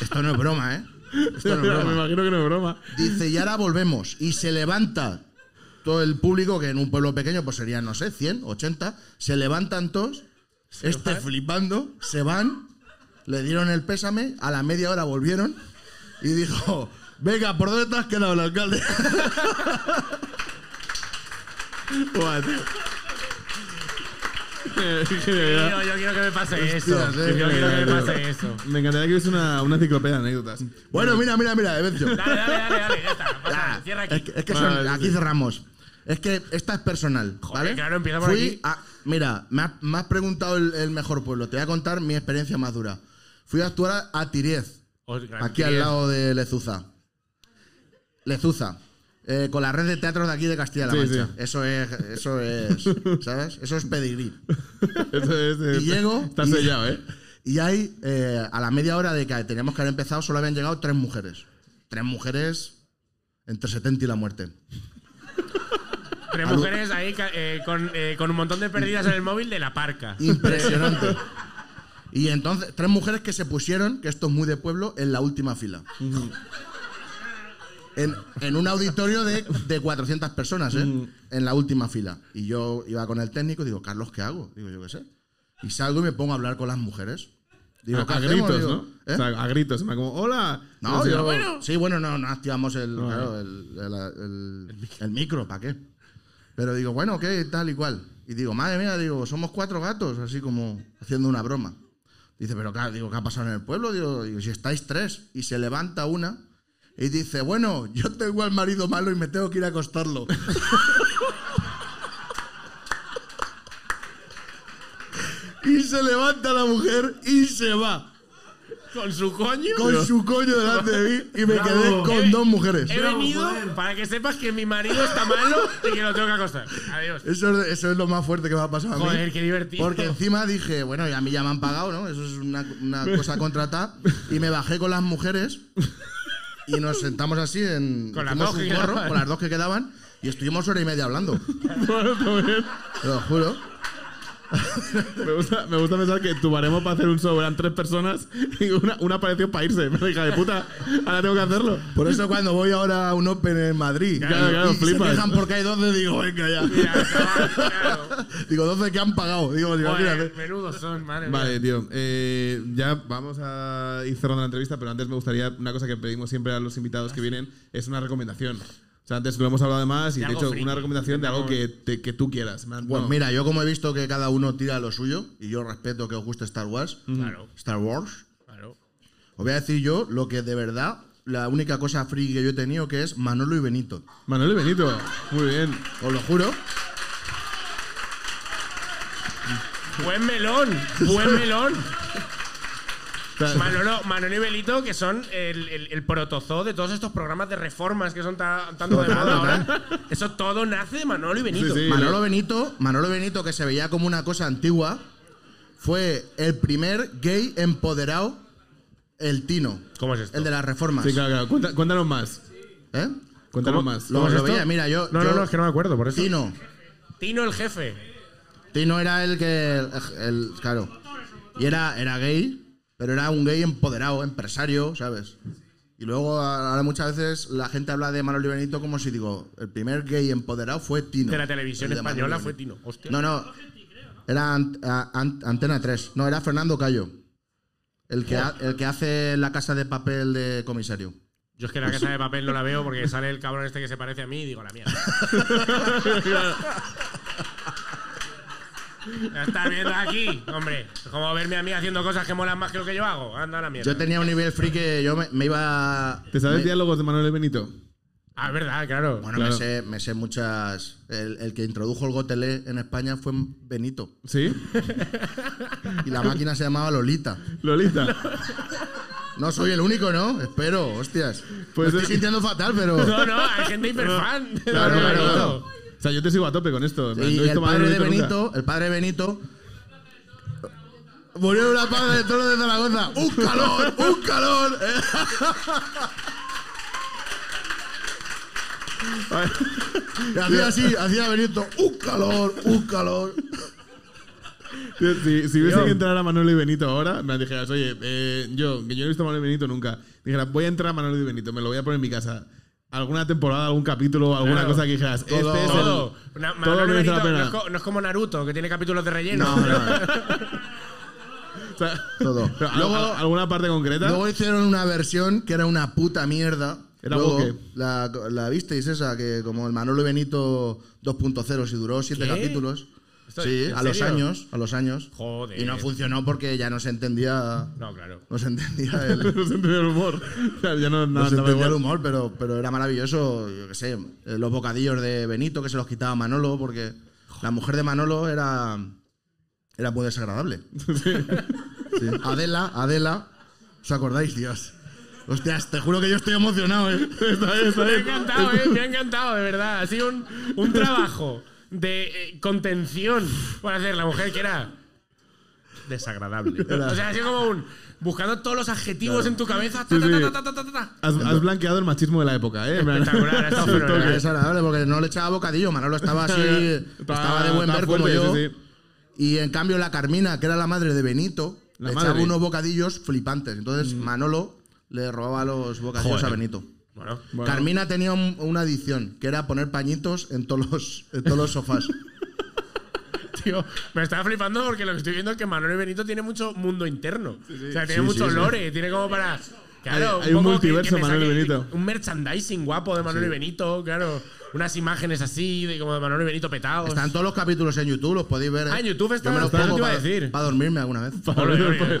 [SPEAKER 6] Esto no es broma, ¿eh? Esto no es
[SPEAKER 1] me
[SPEAKER 6] broma.
[SPEAKER 1] imagino que no es broma.
[SPEAKER 6] Dice, y ahora volvemos. Y se levanta todo el público, que en un pueblo pequeño pues serían, no sé, 100, 80. Se levantan todos, este flipando, se van, le dieron el pésame, a la media hora volvieron y dijo, venga, ¿por dónde te has quedado el alcalde?
[SPEAKER 1] Buah, tío.
[SPEAKER 2] Tío, yo quiero que me pase eso.
[SPEAKER 6] Hostias, eh,
[SPEAKER 2] Yo
[SPEAKER 1] qué
[SPEAKER 2] quiero que me
[SPEAKER 1] genial,
[SPEAKER 2] pase
[SPEAKER 1] tío.
[SPEAKER 2] eso.
[SPEAKER 1] Me encantaría que hubiese una, una enciclopedia de anécdotas.
[SPEAKER 6] Bueno, mira, mira, mira, Evencio.
[SPEAKER 2] Dale, dale, dale, dale. Ya está.
[SPEAKER 6] Ah,
[SPEAKER 2] Pasa, cierra
[SPEAKER 6] Es
[SPEAKER 2] aquí.
[SPEAKER 6] que, es que son-
[SPEAKER 1] Vale,
[SPEAKER 6] aquí cerramos. Es que esta es personal,
[SPEAKER 2] Joder,
[SPEAKER 6] ¿vale?
[SPEAKER 2] claro, empieza por
[SPEAKER 6] Fui
[SPEAKER 2] aquí.
[SPEAKER 6] a- mira, me has, me has preguntado el, el mejor pueblo. Te voy a contar mi experiencia más dura. Fui a actuar a Tiriez,
[SPEAKER 2] Os-
[SPEAKER 6] aquí al lado de Lezuza. Lezuza. Eh, con la red de teatros de aquí de Castilla-La
[SPEAKER 1] Sí,
[SPEAKER 6] Mancha.
[SPEAKER 1] sí.
[SPEAKER 6] Eso es, eso es, ¿sabes? Eso es pedigrí.
[SPEAKER 1] Eso es, eh,
[SPEAKER 6] Y llego
[SPEAKER 1] Está
[SPEAKER 6] y-
[SPEAKER 1] sellado, ¿eh?
[SPEAKER 6] Y ahí, eh, a la media hora de que teníamos que haber empezado, solo habían llegado tres mujeres. Tres mujeres entre 70 y la muerte.
[SPEAKER 2] Tres mujeres ahí ca- eh, con, eh, con un montón de perdidas en el móvil de la parca.
[SPEAKER 6] Impresionante. Y entonces, tres mujeres que se pusieron, que esto es muy de pueblo, en la última fila. En, en un auditorio de, de 400 personas, ¿eh? En la última fila. Y yo iba con el técnico y digo, Carlos, ¿qué hago? Digo, yo qué sé. Y salgo y me pongo a hablar con las mujeres. Digo,
[SPEAKER 1] a,
[SPEAKER 6] "¿Qué
[SPEAKER 1] a
[SPEAKER 6] hacemos?".
[SPEAKER 1] gritos,
[SPEAKER 6] Digo,
[SPEAKER 1] ¿no?
[SPEAKER 6] "¿Eh?".
[SPEAKER 1] O sea, a gritos. Me como, hola.
[SPEAKER 6] No,
[SPEAKER 1] Sí,
[SPEAKER 6] yo-
[SPEAKER 1] bueno.
[SPEAKER 6] sí, bueno, no, no activamos el, claro, el, el- el- el micro, ¿para qué? Pero digo, bueno, ¿qué? Tal y cual. Y digo, madre mía, digo, somos cuatro gatos, así como haciendo una broma. Dice, pero claro, digo, ¿qué ha pasado en el pueblo? Digo, digo, si estáis tres. Y se levanta una y dice, bueno, yo tengo al marido malo y me tengo que ir a acostarlo. y se levanta la mujer y se va
[SPEAKER 2] ¿Con su coño?
[SPEAKER 6] con su coño delante de mí y me
[SPEAKER 3] Bravo.
[SPEAKER 6] quedé con dos mujeres.
[SPEAKER 2] He
[SPEAKER 3] Bravo,
[SPEAKER 2] venido
[SPEAKER 3] joder.
[SPEAKER 2] para que sepas que mi marido está malo y que lo tengo que acostar. Adiós.
[SPEAKER 6] Eso es, eso es lo más fuerte que me ha pasado a mí.
[SPEAKER 2] Joder, qué divertido.
[SPEAKER 6] Porque encima dije, bueno, a mí ya me han pagado, ¿no? Eso es una, una cosa contratada. Y me bajé con las mujeres y nos sentamos así en.
[SPEAKER 2] Con las
[SPEAKER 6] hicimos
[SPEAKER 2] dos
[SPEAKER 6] un
[SPEAKER 2] que
[SPEAKER 6] corro,
[SPEAKER 2] quedaban.
[SPEAKER 6] Con las dos que quedaban y estuvimos hora y media hablando. Te lo juro.
[SPEAKER 1] Me gusta, me gusta pensar que tu baremo para hacer un show eran tres personas y una, una apareció para irse. Pero hija de puta, ahora tengo que hacerlo.
[SPEAKER 6] Por eso cuando voy ahora a un Open en Madrid
[SPEAKER 1] Claro, claro,
[SPEAKER 6] y
[SPEAKER 1] flipas.
[SPEAKER 6] se quejan porque hay 12, digo, venga ya.
[SPEAKER 2] Mira, chaval, claro.
[SPEAKER 6] digo, 12 que han pagado. Digo, imagínate.
[SPEAKER 2] Joder, menudos son, madre mía.
[SPEAKER 1] Vale, tío. eh, ya vamos a ir cerrando la entrevista, pero antes me gustaría una cosa que pedimos siempre a los invitados que vienen es una recomendación. O sea, antes lo hemos hablado de más y
[SPEAKER 2] De
[SPEAKER 1] te he
[SPEAKER 2] algo
[SPEAKER 1] hecho
[SPEAKER 2] friki.
[SPEAKER 1] una recomendación de algo que, te- que tú quieras. Me han-
[SPEAKER 6] Pues
[SPEAKER 1] no.
[SPEAKER 6] mira, yo como he visto que cada uno tira lo suyo, y yo respeto que os guste Star Wars,
[SPEAKER 2] Claro,
[SPEAKER 6] Star Wars,
[SPEAKER 2] claro.
[SPEAKER 6] os voy a decir yo lo que de verdad, la única cosa friki que yo he tenido que es Manolo y Benito.
[SPEAKER 1] Manuel y Benito, muy bien.
[SPEAKER 6] Os lo juro.
[SPEAKER 2] Buen melón, buen melón. Manolo, Manolo y Belito, que son el, el, el protozoo de todos estos programas de reformas que son ta- tanto de moda ahora. Eso todo nace de Manolo y Benito.
[SPEAKER 1] Sí, sí.
[SPEAKER 6] Manolo
[SPEAKER 1] lo-
[SPEAKER 6] Benito, Manolo Benito, que se veía como una cosa antigua, fue el primer gay empoderado, el Tino,
[SPEAKER 2] ¿Cómo es esto?
[SPEAKER 6] el de las reformas.
[SPEAKER 1] Sí, claro, claro. Cuenta- cuéntanos más.
[SPEAKER 6] ¿Eh?
[SPEAKER 1] Cuéntanos más.
[SPEAKER 6] Lo,
[SPEAKER 1] ¿Cómo es
[SPEAKER 6] lo
[SPEAKER 1] esto?
[SPEAKER 6] veía, mira, yo.
[SPEAKER 2] No,
[SPEAKER 6] yo-
[SPEAKER 2] no, no, es que no me acuerdo, por eso.
[SPEAKER 6] Tino.
[SPEAKER 2] Tino el jefe.
[SPEAKER 6] Tino era el que. el- claro. Y era, era gay, pero era un gay empoderado, empresario, ¿sabes? Y luego a- ahora muchas veces la gente habla de Manolo y Benito como si digo, el primer gay empoderado fue Tino.
[SPEAKER 2] De la televisión
[SPEAKER 6] El de
[SPEAKER 2] española
[SPEAKER 6] Manolo y
[SPEAKER 2] fue
[SPEAKER 6] Benito.
[SPEAKER 2] Tino. Hostia.
[SPEAKER 6] No, no. Era Ant- a- Ant- Antena 3. No, era Fernando Cayo. El que, ha- el que hace la casa de papel de comisario.
[SPEAKER 2] Yo es que la casa de papel no la veo porque sale el cabrón este que se parece a mí y digo, la mierda. La estás viendo aquí, hombre. Es como verme a mí haciendo cosas que molan más que lo que yo hago. Anda a la mierda.
[SPEAKER 6] Yo tenía un nivel free que yo me, me iba.
[SPEAKER 1] ¿Te sabes
[SPEAKER 6] me-
[SPEAKER 1] diálogos de Manuel y Benito?
[SPEAKER 2] Ah, es verdad, claro.
[SPEAKER 6] Bueno,
[SPEAKER 1] Claro.
[SPEAKER 6] me, sé, me sé muchas. El, el que introdujo el gotelé en España fue Benito.
[SPEAKER 1] Sí.
[SPEAKER 6] Y la máquina se llamaba Lolita.
[SPEAKER 1] Lolita.
[SPEAKER 6] No soy el único, ¿no? Espero, hostias.
[SPEAKER 1] Pues
[SPEAKER 6] me
[SPEAKER 1] es-
[SPEAKER 6] estoy sintiendo fatal, pero.
[SPEAKER 2] No, no, hay gente hiperfan. de
[SPEAKER 1] Claro,
[SPEAKER 2] Manolo
[SPEAKER 1] claro,
[SPEAKER 2] Benito.
[SPEAKER 1] claro. O sea, yo te sigo a tope con esto. No he
[SPEAKER 6] Y
[SPEAKER 1] visto
[SPEAKER 6] el
[SPEAKER 1] Manuel
[SPEAKER 6] padre de
[SPEAKER 1] nunca.
[SPEAKER 6] Benito, el padre de Benito. Murió en una paga de toro de Zaragoza. ¡Un calor! ¡Un calor! Eh, y hacía así, hacía Benito. ¡Un calor! ¡Un calor!
[SPEAKER 1] Tío, Si, si hubiese que entrar a Manuel y Benito ahora, me dijeras, oye, eh, yo, que yo no he visto a Manuel y Benito nunca, dijeras, voy a entrar a Manuel y Benito, me lo voy a poner en mi casa. Alguna temporada, algún capítulo, alguna
[SPEAKER 2] Claro.
[SPEAKER 1] cosa que dijeras, este
[SPEAKER 6] Todo.
[SPEAKER 1] es el-
[SPEAKER 2] Todo. Na- Manolo
[SPEAKER 1] todo merece
[SPEAKER 2] Benito
[SPEAKER 1] la
[SPEAKER 2] no,
[SPEAKER 1] pena.
[SPEAKER 2] es co- no es como Naruto, que tiene capítulos de relleno.
[SPEAKER 6] No, no.
[SPEAKER 1] O sea,
[SPEAKER 6] Todo.
[SPEAKER 1] pero, ¿al-
[SPEAKER 6] Luego-
[SPEAKER 1] al- ¿Alguna parte concreta?
[SPEAKER 6] Luego hicieron una versión que era una puta mierda.
[SPEAKER 1] Era
[SPEAKER 6] Luego,
[SPEAKER 1] bokeh.
[SPEAKER 6] la, la visteis esa, que como el Manolo Benito 2.0, si duró siete
[SPEAKER 2] ¿Qué?
[SPEAKER 6] capítulos.
[SPEAKER 2] Esto-
[SPEAKER 6] sí,
[SPEAKER 2] ¿en
[SPEAKER 6] a los
[SPEAKER 2] serio?
[SPEAKER 6] años, a los años.
[SPEAKER 2] Joder.
[SPEAKER 6] Y no funcionó porque ya no se entendía,
[SPEAKER 2] No, claro.
[SPEAKER 6] no se entendía el,
[SPEAKER 1] No se entendía el humor. O sea, ya no,
[SPEAKER 6] No,
[SPEAKER 1] no,
[SPEAKER 6] se
[SPEAKER 1] no
[SPEAKER 6] entendía
[SPEAKER 1] me-
[SPEAKER 6] el humor, pero, pero era maravilloso, yo qué sé, eh, los bocadillos de Benito que se los quitaba Manolo, porque la mujer de Manolo era, era muy desagradable. Sí. Adela, Adela, ¿os acordáis, Dios? Hostias, te juro que yo estoy emocionado, ¿eh?
[SPEAKER 2] Me ha encantado, eh, me ha encantado, de verdad. Ha sido un, un trabajo de eh, contención para hacer la mujer que era desagradable. O sea, ha sido como un buscando todos los adjetivos en tu cabeza. ta,
[SPEAKER 1] Sí, sí.
[SPEAKER 2] ta, ta, ta, ta, ta, ta.
[SPEAKER 1] Has, has blanqueado el machismo de la época, ¿eh? En plan-
[SPEAKER 2] Espectacular, ha estado
[SPEAKER 1] Sí,
[SPEAKER 2] fenomenal.
[SPEAKER 6] Era
[SPEAKER 1] toque.
[SPEAKER 6] desagradable porque no le echaba bocadillo, Manolo estaba así,
[SPEAKER 1] Estaba-
[SPEAKER 6] estaba de buen
[SPEAKER 1] estaba
[SPEAKER 6] ver como
[SPEAKER 1] fuerte,
[SPEAKER 6] yo.
[SPEAKER 1] sí, sí.
[SPEAKER 6] Y en cambio la Carmina, que era la madre de Benito,
[SPEAKER 1] La
[SPEAKER 6] le echaba
[SPEAKER 1] madre.
[SPEAKER 6] unos bocadillos flipantes. Entonces Manolo le robaba los bocadillos a Benito.
[SPEAKER 2] Bueno,
[SPEAKER 1] Bueno.
[SPEAKER 6] Carmina tenía un- una adicción, que era poner pañitos en todos los, en todos los sofás.
[SPEAKER 2] Pues tío, me estaba flipando porque lo que estoy viendo es que Manuel Benito tiene mucho mundo interno. O sea, tiene
[SPEAKER 6] Sí,
[SPEAKER 2] mucho
[SPEAKER 6] sí, sí.
[SPEAKER 2] lore, tiene como para. Claro,
[SPEAKER 1] Hay- hay un
[SPEAKER 2] poco que- que
[SPEAKER 1] multiverso
[SPEAKER 2] me
[SPEAKER 1] Manuel
[SPEAKER 2] saque-
[SPEAKER 1] Benito.
[SPEAKER 2] Un merchandising guapo de Manuel Benito, claro. Unas imágenes así, de como de Manuel Benito petados.
[SPEAKER 6] Están todos los capítulos en YouTube, los podéis ver. ¿eh?
[SPEAKER 2] Ah, en YouTube está-
[SPEAKER 6] Yo me los
[SPEAKER 2] está,
[SPEAKER 6] pongo
[SPEAKER 2] te iba a
[SPEAKER 6] para-
[SPEAKER 2] decir.
[SPEAKER 6] Para dormirme alguna vez.
[SPEAKER 2] Ole, ole, ole.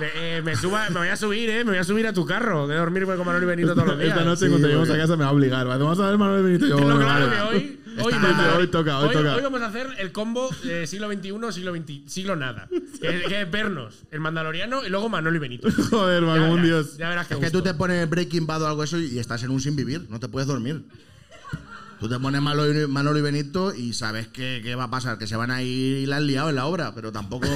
[SPEAKER 2] Me, eh, me suba, me voy a subir, eh. Me voy a subir a tu carro. De dormirme con Manuel Benito todos los días.
[SPEAKER 1] Esta noche,
[SPEAKER 6] Sí,
[SPEAKER 1] cuando lleguemos
[SPEAKER 6] porque-
[SPEAKER 1] a casa, me va a obligar. ¿vale? Vamos a ver Manuel Benito. Yo,
[SPEAKER 2] No,
[SPEAKER 1] bueno,
[SPEAKER 2] claro
[SPEAKER 1] vale.
[SPEAKER 2] que hoy. Hoy,
[SPEAKER 1] Está-
[SPEAKER 2] va-
[SPEAKER 1] hoy toca, hoy toca.
[SPEAKER 2] vamos a hacer el combo eh, siglo XXI, siglo XX, siglo nada. Que, que es vernos, el mandaloriano y luego Manuel y Benito.
[SPEAKER 1] Joder, va,
[SPEAKER 2] Ya
[SPEAKER 1] como un
[SPEAKER 2] verás,
[SPEAKER 1] dios.
[SPEAKER 2] Ya verás que
[SPEAKER 6] Es que tú te pones Breaking Bad o algo eso y estás en un sin vivir, no te puedes dormir. Tú te pones Manolo y, Manolo y Benito y sabes que, que va a pasar, que se van a ir y la han liado en la obra, pero tampoco.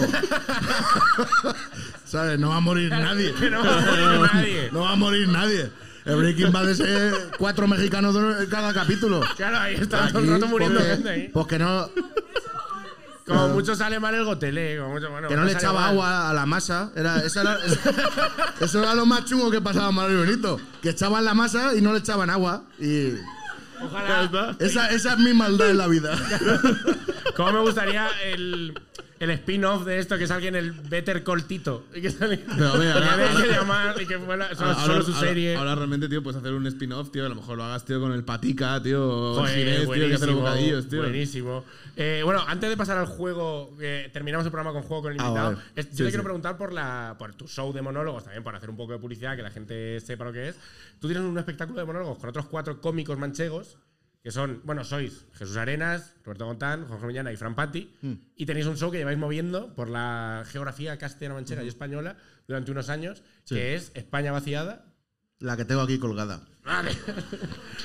[SPEAKER 6] ¿Sabes? No va a morir nadie.
[SPEAKER 2] Que no va a morir nadie.
[SPEAKER 6] No va a morir nadie. El Breaking Bad es eh, cuatro mexicanos en cada capítulo.
[SPEAKER 2] Claro, ahí está todo el rato
[SPEAKER 6] Aquí,
[SPEAKER 2] muriendo
[SPEAKER 6] porque-
[SPEAKER 2] gente ahí.
[SPEAKER 6] Porque no,
[SPEAKER 2] Como mucho sale mal el gotelé. Como mucho, bueno,
[SPEAKER 6] que no le
[SPEAKER 2] sale
[SPEAKER 6] echaba
[SPEAKER 2] mal.
[SPEAKER 6] agua a la masa. Era, eso, era, eso era lo más chungo que pasaba a Manolo y Benito. Que echaban la masa y no le echaban agua. Y
[SPEAKER 2] Ojalá.
[SPEAKER 6] esa, esa es mi maldad en la vida.
[SPEAKER 2] Como me gustaría el. El spin-off de esto que salga en el Better Call Tito. Y que salga.
[SPEAKER 1] Pero, hombre, ahora-
[SPEAKER 2] que había que llamar y que fuera solo,
[SPEAKER 1] Ahora-
[SPEAKER 2] solo
[SPEAKER 1] ahora-
[SPEAKER 2] su
[SPEAKER 1] ahora-
[SPEAKER 2] serie.
[SPEAKER 1] Ahora, realmente, tío, puedes hacer un spin-off, tío. A lo mejor lo hagas, tío, con el patica, tío. O el
[SPEAKER 2] Joder,
[SPEAKER 1] Ginés, Pues, tío, que hace los
[SPEAKER 2] buenísimo,
[SPEAKER 1] bocadillos, tío.
[SPEAKER 2] Buenísimo. Eh, bueno, antes de pasar al juego, que terminamos el programa con juego con el
[SPEAKER 6] Ah,
[SPEAKER 2] invitado.
[SPEAKER 6] vale.
[SPEAKER 2] es- yo te quiero preguntar por, la, por tu show de monólogos, también para hacer un poco de publicidad, que la gente sepa lo que es. Tú tienes un espectáculo de monólogos con otros cuatro cómicos manchegos, que son, bueno, sois Jesús Arenas, Roberto Gontán, Jorge Millana y Fran Patti, y tenéis un show que lleváis moviendo por la geografía castellana manchega y española durante unos años, que es España vaciada.
[SPEAKER 6] La que tengo aquí colgada.
[SPEAKER 2] Vale.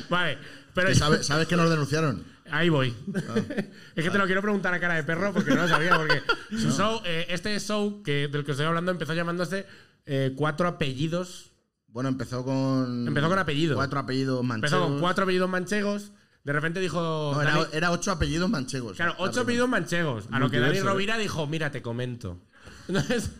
[SPEAKER 2] vale. Pero
[SPEAKER 6] Que sabe- ¿Sabes que nos denunciaron?
[SPEAKER 2] Ahí voy.
[SPEAKER 6] Ah.
[SPEAKER 2] es que te lo quiero preguntar a cara de perro porque no lo sabía. Porque su show, eh, este show que, del que os estoy hablando empezó llamándose eh, Cuatro Apellidos.
[SPEAKER 6] Bueno, empezó con.
[SPEAKER 2] Empezó con apellido.
[SPEAKER 6] Cuatro apellidos manchegos.
[SPEAKER 2] Empezó con Cuatro Apellidos Manchegos. De repente dijo.
[SPEAKER 6] No, era,
[SPEAKER 2] Dani-
[SPEAKER 6] era ocho apellidos manchegos.
[SPEAKER 2] claro,
[SPEAKER 6] La
[SPEAKER 2] ocho
[SPEAKER 6] primera.
[SPEAKER 2] apellidos manchegos. A lo que Dani
[SPEAKER 1] Multiverso, ¿eh?
[SPEAKER 2] Rovira dijo: Mira, te comento. Entonces,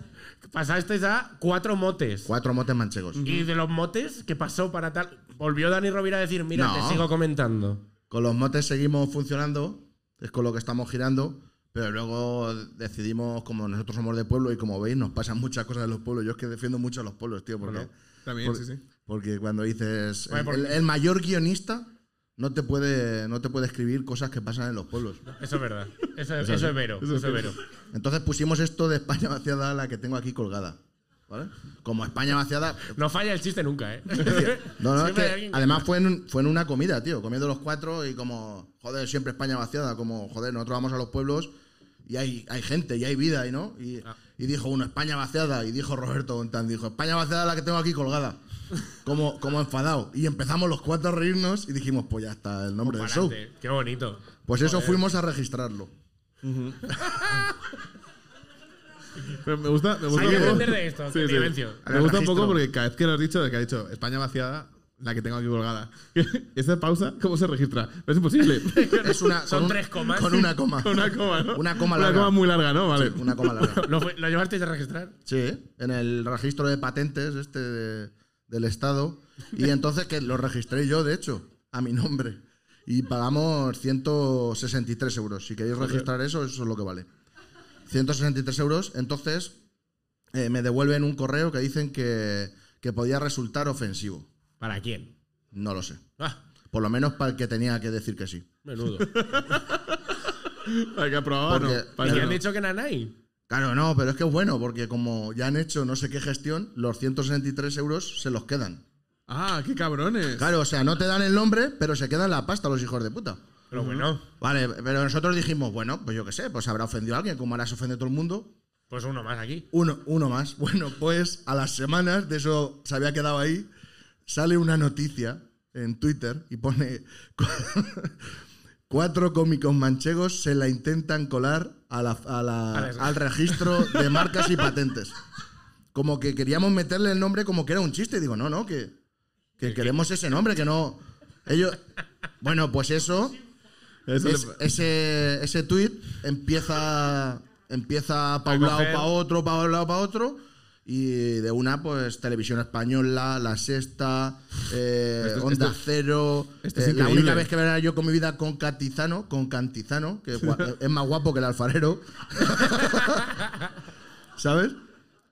[SPEAKER 2] pasasteis a cuatro motes.
[SPEAKER 6] Cuatro motes manchegos.
[SPEAKER 2] Y de los motes, ¿qué pasó para tal? Volvió Dani Rovira a decir: Mira,
[SPEAKER 6] No.
[SPEAKER 2] te sigo comentando.
[SPEAKER 6] Con los motes seguimos funcionando, es con lo que estamos girando, pero luego decidimos, como nosotros somos de pueblo y como veis, nos pasan muchas cosas en los pueblos. Yo es que defiendo mucho a los pueblos, tío, porque,
[SPEAKER 1] También,
[SPEAKER 6] por-
[SPEAKER 1] sí, sí.
[SPEAKER 6] porque cuando dices.
[SPEAKER 2] Bueno, por-
[SPEAKER 6] el, el mayor guionista no te, puede, no te puede escribir cosas que pasan en los pueblos.
[SPEAKER 2] Eso es verdad. Eso, es- eso es vero. Eso es vero.
[SPEAKER 6] Entonces pusimos esto de España vaciada, la que tengo aquí colgada. ¿Vale? Como España vaciada,
[SPEAKER 2] No falla el chiste nunca, ¿eh?
[SPEAKER 6] No, no, es
[SPEAKER 2] Siempre hay
[SPEAKER 6] que
[SPEAKER 2] alguien
[SPEAKER 6] además fue en, fue en una comida, tío, comiendo los cuatro y como, joder, siempre España vaciada, como, joder, nosotros vamos a los pueblos y hay, hay gente y hay vida, y ¿no? Y, y dijo uno, España vaciada, y dijo Roberto Gontán, dijo, España vaciada la que tengo aquí colgada, como, como enfadado. Y empezamos los cuatro a reírnos y dijimos, pues ya está el nombre del show.
[SPEAKER 2] Parante. Qué bonito.
[SPEAKER 6] Pues eso fuimos a registrarlo.
[SPEAKER 1] Pero me gusta, me gusta
[SPEAKER 2] Hay
[SPEAKER 1] un
[SPEAKER 2] que
[SPEAKER 1] poco-
[SPEAKER 2] aprender de esto, de Vivencio.
[SPEAKER 1] Me gusta un
[SPEAKER 6] Registro.
[SPEAKER 1] poco porque cada vez que lo has dicho, de que ha dicho España vaciada, la que tengo aquí colgada. Esa pausa, ¿cómo se registra? Pero es imposible.
[SPEAKER 6] Es una,
[SPEAKER 2] Son
[SPEAKER 6] con un-
[SPEAKER 2] tres comas.
[SPEAKER 6] Con una coma.
[SPEAKER 1] Con una coma, ¿no?
[SPEAKER 6] Una coma larga.
[SPEAKER 1] muy larga, ¿no? Vale.
[SPEAKER 6] Una coma larga.
[SPEAKER 2] ¿Lo, fue- lo llevasteis a registrar?
[SPEAKER 6] Sí, en el registro de patentes este de- del Estado. Y entonces que lo registré yo, de hecho, a mi nombre. Y pagamos 163 euros. Si queréis registrar eso, eso es lo que vale. 163 euros. Entonces eh, me devuelven un correo que dicen que, que podía resultar ofensivo.
[SPEAKER 2] ¿Para quién?
[SPEAKER 6] No lo sé.
[SPEAKER 2] Ah,
[SPEAKER 6] Por lo menos para el que tenía que decir que sí.
[SPEAKER 2] menudo.
[SPEAKER 1] Hay que probar, ¿no?
[SPEAKER 6] Porque-
[SPEAKER 1] Para
[SPEAKER 2] ¿Y han
[SPEAKER 1] no.
[SPEAKER 2] dicho que Nanay?
[SPEAKER 6] Claro, no, pero es que es bueno, porque como ya han hecho no sé qué gestión, los 163 euros se los quedan.
[SPEAKER 1] Ah, qué cabrones.
[SPEAKER 6] Claro, o sea, no te dan el nombre, pero se quedan la pasta los hijos de puta.
[SPEAKER 2] Pero bueno,
[SPEAKER 6] Vale, pero nosotros dijimos, bueno, pues yo qué sé, pues habrá ofendido a alguien, como ahora se ofende todo el mundo.
[SPEAKER 2] pues uno más aquí.
[SPEAKER 6] Uno, uno más. Bueno, pues a las semanas de eso se había quedado ahí, sale una noticia en Twitter y pone cu- cuatro cómicos manchegos se la intentan colar a la- a la-
[SPEAKER 2] Al-
[SPEAKER 6] al registro de marcas y patentes. Como que queríamos meterle el nombre como que era un chiste. Y digo, no, no, que, que queremos ese nombre, que no... Ellos... Bueno, pues eso...
[SPEAKER 1] Eso
[SPEAKER 6] Es-
[SPEAKER 1] le-
[SPEAKER 6] ese, ese tweet empieza, empieza para
[SPEAKER 2] A
[SPEAKER 6] un lado,
[SPEAKER 2] coger.
[SPEAKER 6] para otro, para un lado, para otro. Y de una, pues Televisión Española, La Sexta, eh,
[SPEAKER 1] Esto es-
[SPEAKER 6] Onda
[SPEAKER 1] esto es-
[SPEAKER 6] Cero.
[SPEAKER 1] esto es
[SPEAKER 6] eh, la
[SPEAKER 1] increíble.
[SPEAKER 6] única vez que verá yo con mi vida con Catizano, con Cantizano, que gua- es más guapo que el alfarero. ¿Sabes?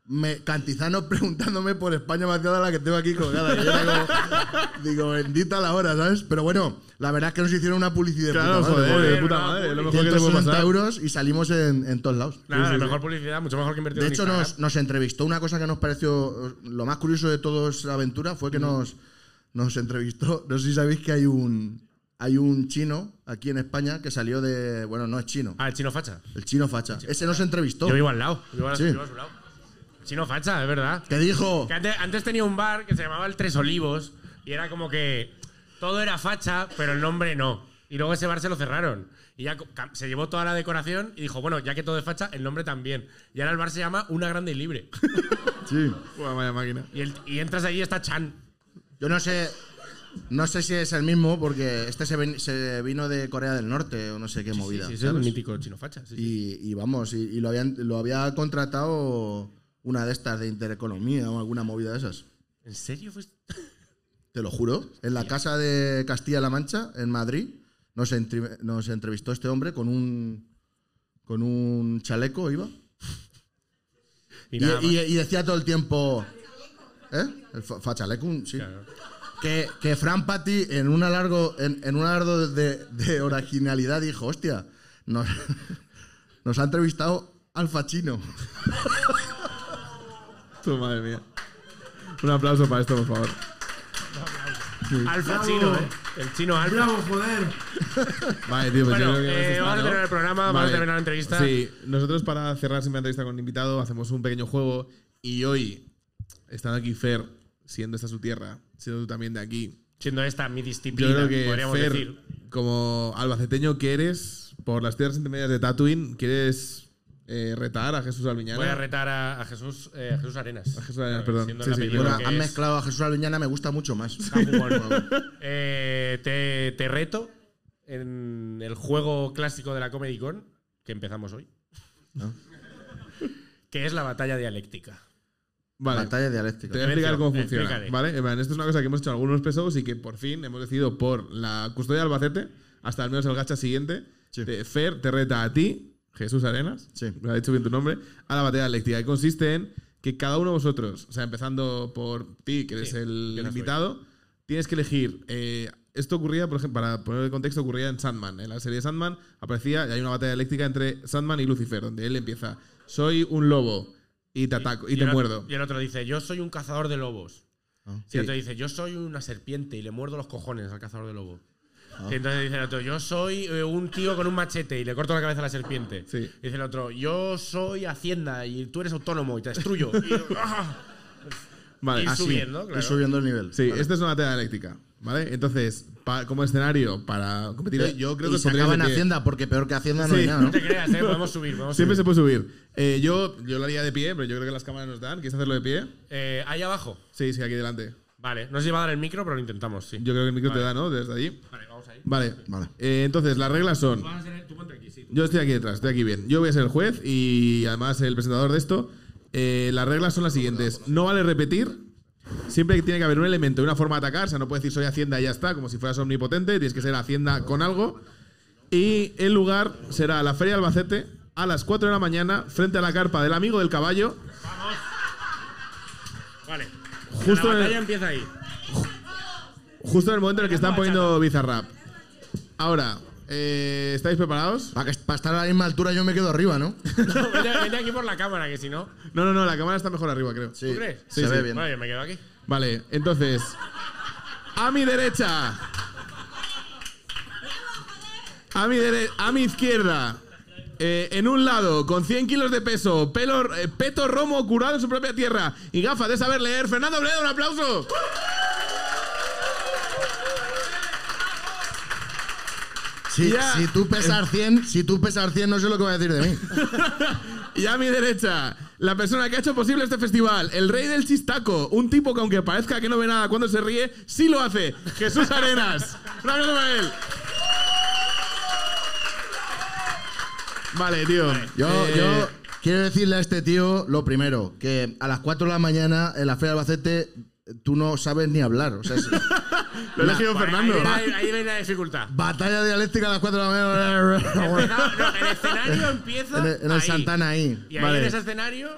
[SPEAKER 6] Me, Cantizano preguntándome por España vaciada la que tengo aquí colgada. que yo digo, digo, bendita la hora, ¿sabes? Pero bueno, la verdad es que nos hicieron una publicidad. de
[SPEAKER 1] Claro,
[SPEAKER 6] puta
[SPEAKER 1] joder, eh,
[SPEAKER 6] madre,
[SPEAKER 1] de
[SPEAKER 2] joder,
[SPEAKER 1] puta
[SPEAKER 2] no,
[SPEAKER 1] madre. Lo
[SPEAKER 2] joder.
[SPEAKER 1] mejor que te puede
[SPEAKER 6] 160
[SPEAKER 1] pasar.
[SPEAKER 6] euros y salimos en, en todos lados.
[SPEAKER 2] Nada, la ¿eh? mejor publicidad, mucho mejor que invertir
[SPEAKER 6] De
[SPEAKER 2] en
[SPEAKER 6] hecho,
[SPEAKER 2] Instagram.
[SPEAKER 6] nos, nos entrevistó una cosa que nos pareció eh, lo más curioso de toda esa aventura fue que nos, nos entrevistó. No sé si sabéis que hay un hay un chino aquí en España que salió de. Bueno, no es chino.
[SPEAKER 2] Ah, el chino facha.
[SPEAKER 6] El chino facha. Ese nos entrevistó.
[SPEAKER 2] Yo vivo al lado. Vivo al-
[SPEAKER 6] Oh. Sí.
[SPEAKER 2] vivo a su lado. Chino facha, es verdad.
[SPEAKER 6] Que dijo.
[SPEAKER 2] Que antes, antes tenía un bar que se llamaba el Tres Olivos y era como que todo era facha, pero el nombre no. Y luego ese bar se lo cerraron. Y ya co- cam- se llevó toda la decoración y dijo, bueno, ya que todo es facha, el nombre también. Y ahora el bar se llama Una Grande y Libre.
[SPEAKER 6] Sí.
[SPEAKER 1] Buah, vaya máquina.
[SPEAKER 2] Y, el- y entras allí y está Chan.
[SPEAKER 6] Yo no sé. No sé si es el mismo, porque este se, ven- se vino de Corea del Norte o no sé qué movida.
[SPEAKER 2] Sí, sí, es
[SPEAKER 6] ¿sabes?
[SPEAKER 2] el mítico chino facha. sí, sí.
[SPEAKER 6] Y, y vamos, y, y lo, habían, lo había contratado una de estas de Intereconomía o alguna movida de esas.
[SPEAKER 2] ¿En serio? fuiste?
[SPEAKER 6] Te lo juro. En la casa de Castilla-La Mancha, en Madrid, nos, entri- nos entrevistó este hombre con un, con un chaleco, iba.
[SPEAKER 2] Y
[SPEAKER 6] Y,
[SPEAKER 2] nada más.
[SPEAKER 6] y- y decía todo el tiempo. ¿Eh? El fa- fachalecum, sí.
[SPEAKER 2] Claro.
[SPEAKER 6] Que, que Fran Patti, en un alargo, en, en un alargo de, de originalidad, dijo: Hostia, nos, nos ha entrevistado al fachino.
[SPEAKER 1] Tu madre mía. Un aplauso para esto, por favor.
[SPEAKER 2] Alfa
[SPEAKER 3] Bravo.
[SPEAKER 2] chino, ¿eh? El chino alfa.
[SPEAKER 3] Bravo, joder.
[SPEAKER 1] Vale, tío, pues
[SPEAKER 2] Bueno,
[SPEAKER 1] yo creo que
[SPEAKER 2] eh, vamos a
[SPEAKER 1] eso está, ¿no?
[SPEAKER 2] terminar el programa, vamos a terminar la entrevista.
[SPEAKER 1] Sí, nosotros para cerrar siempre la entrevista con un invitado hacemos un pequeño juego y hoy, estando aquí Fer, siendo esta su tierra, siendo tú también de aquí,
[SPEAKER 2] Siendo esta mi
[SPEAKER 1] yo
[SPEAKER 2] disciplina,
[SPEAKER 1] creo que
[SPEAKER 2] podríamos
[SPEAKER 1] Fer,
[SPEAKER 2] decir.
[SPEAKER 1] como albaceteño que eres, por las tierras intermedias de Tatooine, quieres eh, retar a Jesús Alviñana.
[SPEAKER 2] Voy a retar a, a Jesús, eh, a Jesús Arenas. eh,
[SPEAKER 1] A Jesús Arenas, perdón.
[SPEAKER 2] Siendo
[SPEAKER 1] Sí,
[SPEAKER 2] el
[SPEAKER 1] sí,
[SPEAKER 2] apellido
[SPEAKER 1] Yo
[SPEAKER 6] Bueno,
[SPEAKER 2] que
[SPEAKER 6] han
[SPEAKER 2] es,
[SPEAKER 6] mezclado a Jesús Alviñana, me gusta mucho más.
[SPEAKER 1] Ah,
[SPEAKER 2] está jugón. Eh, te, te reto en el juego clásico de la Comedy Con, que empezamos hoy. Que es la batalla dialéctica.
[SPEAKER 1] vale.
[SPEAKER 6] Batalla
[SPEAKER 1] Te voy
[SPEAKER 6] dialéctica.
[SPEAKER 1] a explicar cómo
[SPEAKER 2] Eh,
[SPEAKER 1] funciona.
[SPEAKER 2] explícale.
[SPEAKER 1] ¿vale? En plan, esto es una cosa que hemos hecho en algunos pesos y que por fin hemos decidido por la custodia de Albacete, hasta al menos el gacha siguiente.
[SPEAKER 6] Sí.
[SPEAKER 1] te- Fer te reta a ti, Jesús Arenas,
[SPEAKER 6] Sí.
[SPEAKER 1] me ha dicho bien tu nombre, a la batalla eléctrica, que consiste en que cada uno de vosotros, o sea, empezando por ti, que eres
[SPEAKER 2] Sí,
[SPEAKER 1] el
[SPEAKER 2] yo no soy.
[SPEAKER 1] invitado, tienes que elegir. eh, esto ocurría, por ejemplo, para poner el contexto, ocurría en Sandman. En la serie de Sandman aparecía y hay una batalla eléctrica entre Sandman y Lucifer, donde él empieza: Soy un lobo y te ataco y, te
[SPEAKER 2] el otro-
[SPEAKER 1] muerdo. Ah.
[SPEAKER 2] Y el otro dice, yo soy un cazador de lobos. Y
[SPEAKER 1] Sí.
[SPEAKER 2] el otro dice, yo soy una serpiente y le muerdo los cojones al cazador de lobos.
[SPEAKER 1] Ah.
[SPEAKER 2] Y entonces dice el otro, yo soy eh, un tío con un machete y le corto la cabeza a la serpiente.
[SPEAKER 1] Sí.
[SPEAKER 2] Y dice el otro, yo soy Hacienda y tú eres autónomo y te destruyo. Y- ¡ah!
[SPEAKER 1] Vale,
[SPEAKER 2] y
[SPEAKER 1] así.
[SPEAKER 2] subiendo, claro.
[SPEAKER 6] Y subiendo el nivel.
[SPEAKER 1] Sí,
[SPEAKER 6] Vale.
[SPEAKER 1] esta es una batalla eléctrica, ¿vale? Entonces, pa- como escenario para competir,
[SPEAKER 6] Eh,
[SPEAKER 1] yo creo
[SPEAKER 6] y
[SPEAKER 1] que
[SPEAKER 6] se
[SPEAKER 1] pondrías
[SPEAKER 6] acaba en
[SPEAKER 1] de pie.
[SPEAKER 6] Hacienda, porque peor que Hacienda no
[SPEAKER 1] Sí.
[SPEAKER 6] hay nada,
[SPEAKER 2] No
[SPEAKER 6] ¿no?
[SPEAKER 2] te creas, eh, podemos subir, podemos
[SPEAKER 1] Siempre se
[SPEAKER 2] subir.
[SPEAKER 1] puede subir. Eh, yo, yo lo haría de pie, pero yo creo que las cámaras nos dan. ¿Quieres hacerlo de pie?
[SPEAKER 2] Eh, ahí abajo.
[SPEAKER 1] Sí, sí, aquí delante.
[SPEAKER 2] Vale, no se iba a dar el micro, pero lo intentamos, sí.
[SPEAKER 1] Yo creo que el micro te da, ¿no? Desde allí.
[SPEAKER 2] Vale, vamos ahí.
[SPEAKER 1] Vale.
[SPEAKER 6] Vale.
[SPEAKER 1] Eh, entonces, las reglas son...
[SPEAKER 2] Vas a ser- tú ponte aquí, sí.
[SPEAKER 1] Yo estoy aquí detrás, estoy aquí bien. Yo voy a ser el juez y además el presentador de esto. Eh, las reglas son las siguientes. No vale repetir. Siempre que tiene que haber un elemento y una forma de atacar. O sea, no puedes decir soy Hacienda y ya está, como si fueras omnipotente. Tienes que ser Hacienda con algo. Y el lugar será la Feria de Albacete a las 4 de la mañana frente a la carpa del amigo del caballo.
[SPEAKER 2] Vale.
[SPEAKER 1] Justo
[SPEAKER 2] la
[SPEAKER 1] en el-
[SPEAKER 2] batalla empieza ahí.
[SPEAKER 1] Justo en el momento en el que están poniendo Bizarrap. Ahora, eh, ¿estáis preparados?
[SPEAKER 6] Para que, Para estar a la misma altura yo me quedo arriba, ¿no?
[SPEAKER 2] Vete, vete aquí por la cámara, que si no.
[SPEAKER 1] No, no, no, la cámara está mejor arriba, creo.
[SPEAKER 6] Sí,
[SPEAKER 2] crees?
[SPEAKER 6] se
[SPEAKER 1] Sí,
[SPEAKER 6] ve
[SPEAKER 1] sí.
[SPEAKER 6] bien.
[SPEAKER 2] Bueno, yo me quedo aquí.
[SPEAKER 1] Vale, entonces. A mi derecha. A mi, dere- a mi izquierda. eh, en un lado, con 100 kilos de peso, pelo, eh, peto romo curado en su propia tierra y gafas de saber leer, Fernando Bledo, un aplauso.
[SPEAKER 6] Si,
[SPEAKER 1] Ya.
[SPEAKER 6] si tú pesas 100, si tú pesas 100, no sé lo que va a decir de mí.
[SPEAKER 1] Y a mi derecha, la persona que ha hecho posible este festival, el rey del chistaco, un tipo que aunque parezca que no ve nada cuando se ríe, sí lo hace, Jesús Arenas. Un aplauso para él. Vale, tío.
[SPEAKER 6] Yo,
[SPEAKER 1] Eh,
[SPEAKER 6] yo quiero decirle a este tío lo primero, que a las 4 de la mañana en la Feria de Albacete tú no sabes ni hablar. O sea, es
[SPEAKER 1] Lo he elegido
[SPEAKER 2] Bueno,
[SPEAKER 1] Fernando.
[SPEAKER 2] Ahí viene, la- ahí viene la dificultad.
[SPEAKER 6] batalla dialéctica a las 4 de la mañana.
[SPEAKER 2] Empezamos- no, el escenario empieza.
[SPEAKER 6] en el, en el
[SPEAKER 2] ahí.
[SPEAKER 6] Santana ahí.
[SPEAKER 2] Y ahí
[SPEAKER 1] Vale.
[SPEAKER 2] en ese escenario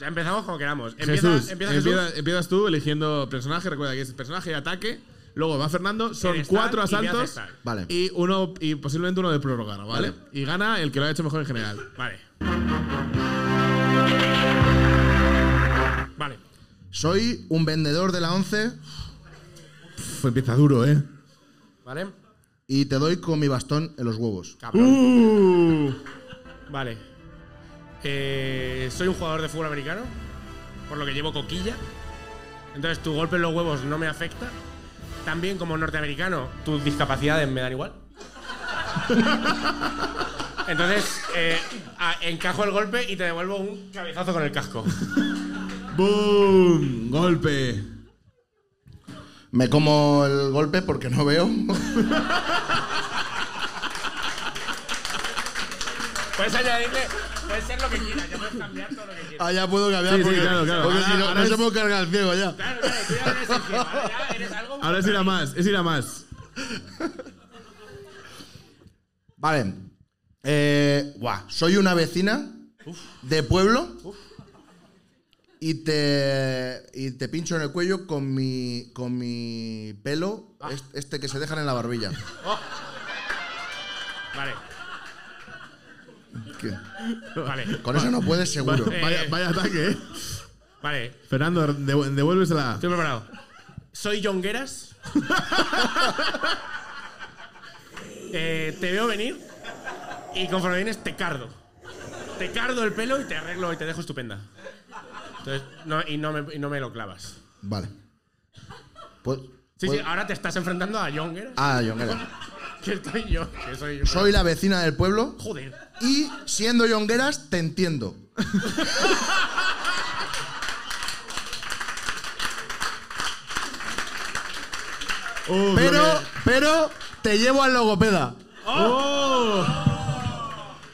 [SPEAKER 2] ya empezamos como queramos. Empieza
[SPEAKER 1] Jesús,
[SPEAKER 2] empieza Jesús.
[SPEAKER 1] empieza- empiezas tú eligiendo personaje, recuerda que es personaje y ataque. Luego va Fernando, son
[SPEAKER 2] El stand
[SPEAKER 1] cuatro
[SPEAKER 2] y me hace
[SPEAKER 1] asaltos
[SPEAKER 2] stand.
[SPEAKER 6] Vale.
[SPEAKER 1] y uno y posiblemente uno de prórroga, ¿vale? Y gana el que lo ha hecho mejor en general.
[SPEAKER 2] Vale. Vale.
[SPEAKER 6] Soy un vendedor de la 11
[SPEAKER 1] Uf, empieza duro, ¿eh?
[SPEAKER 2] Vale.
[SPEAKER 6] y te doy con mi bastón en los huevos.
[SPEAKER 2] Cabrón. Vale. Eh, soy un jugador de fútbol americano, por lo que llevo coquilla. Entonces tu golpe en los huevos no me afecta. También como norteamericano, tus discapacidades me dan igual. Entonces eh, a- encajo el golpe y te devuelvo un cabezazo con el casco.
[SPEAKER 1] ¡Boom! Golpe.
[SPEAKER 6] Me como el golpe porque no veo.
[SPEAKER 2] Puedes añadirle, puedes ser lo que quieras, ya puedes cambiar todo lo que quieras.
[SPEAKER 6] Ah, ya puedo cambiar
[SPEAKER 1] Sí, sí,
[SPEAKER 6] porque,
[SPEAKER 1] claro, claro.
[SPEAKER 6] porque
[SPEAKER 1] Ahora-
[SPEAKER 6] si no,
[SPEAKER 1] ahora
[SPEAKER 6] no
[SPEAKER 1] es-
[SPEAKER 6] se puede cargar el ciego ya.
[SPEAKER 2] Claro, claro, tú ya eres el que, ¿vale? ya eres algo.
[SPEAKER 1] Ahora es ir a más, es ir a más.
[SPEAKER 6] Vale. Eh, buah, soy una vecina de pueblo y te, y te pincho en el cuello con mi, con mi pelo,
[SPEAKER 1] Ah.
[SPEAKER 6] es- este que se dejan en la barbilla.
[SPEAKER 2] Vale,
[SPEAKER 6] Que-
[SPEAKER 2] vale,
[SPEAKER 6] Con eso no puedes, seguro.
[SPEAKER 1] Vaya, vaya- vaya ataque, ¿eh?
[SPEAKER 2] vale.
[SPEAKER 1] Fernando, devu- devuélvesela.
[SPEAKER 2] Estoy preparado. Soy Jongueras. Eh, te veo venir y conforme vienes te cardo. Te cardo el pelo y te arreglo y te dejo estupenda. Entonces, no, y, no me, y no me lo clavas.
[SPEAKER 6] Vale. Pues-
[SPEAKER 2] Sí, sí,
[SPEAKER 6] pues-
[SPEAKER 2] ahora te estás enfrentando a Jongueras.
[SPEAKER 6] ah, Yonguera.
[SPEAKER 2] Que estoy yo, que soy yo.
[SPEAKER 6] Soy la vecina del pueblo
[SPEAKER 2] Joder.
[SPEAKER 6] y siendo Yongueras te entiendo.
[SPEAKER 1] Uf,
[SPEAKER 6] Pero,
[SPEAKER 1] Pues lo que-
[SPEAKER 6] pero te llevo al logopeda.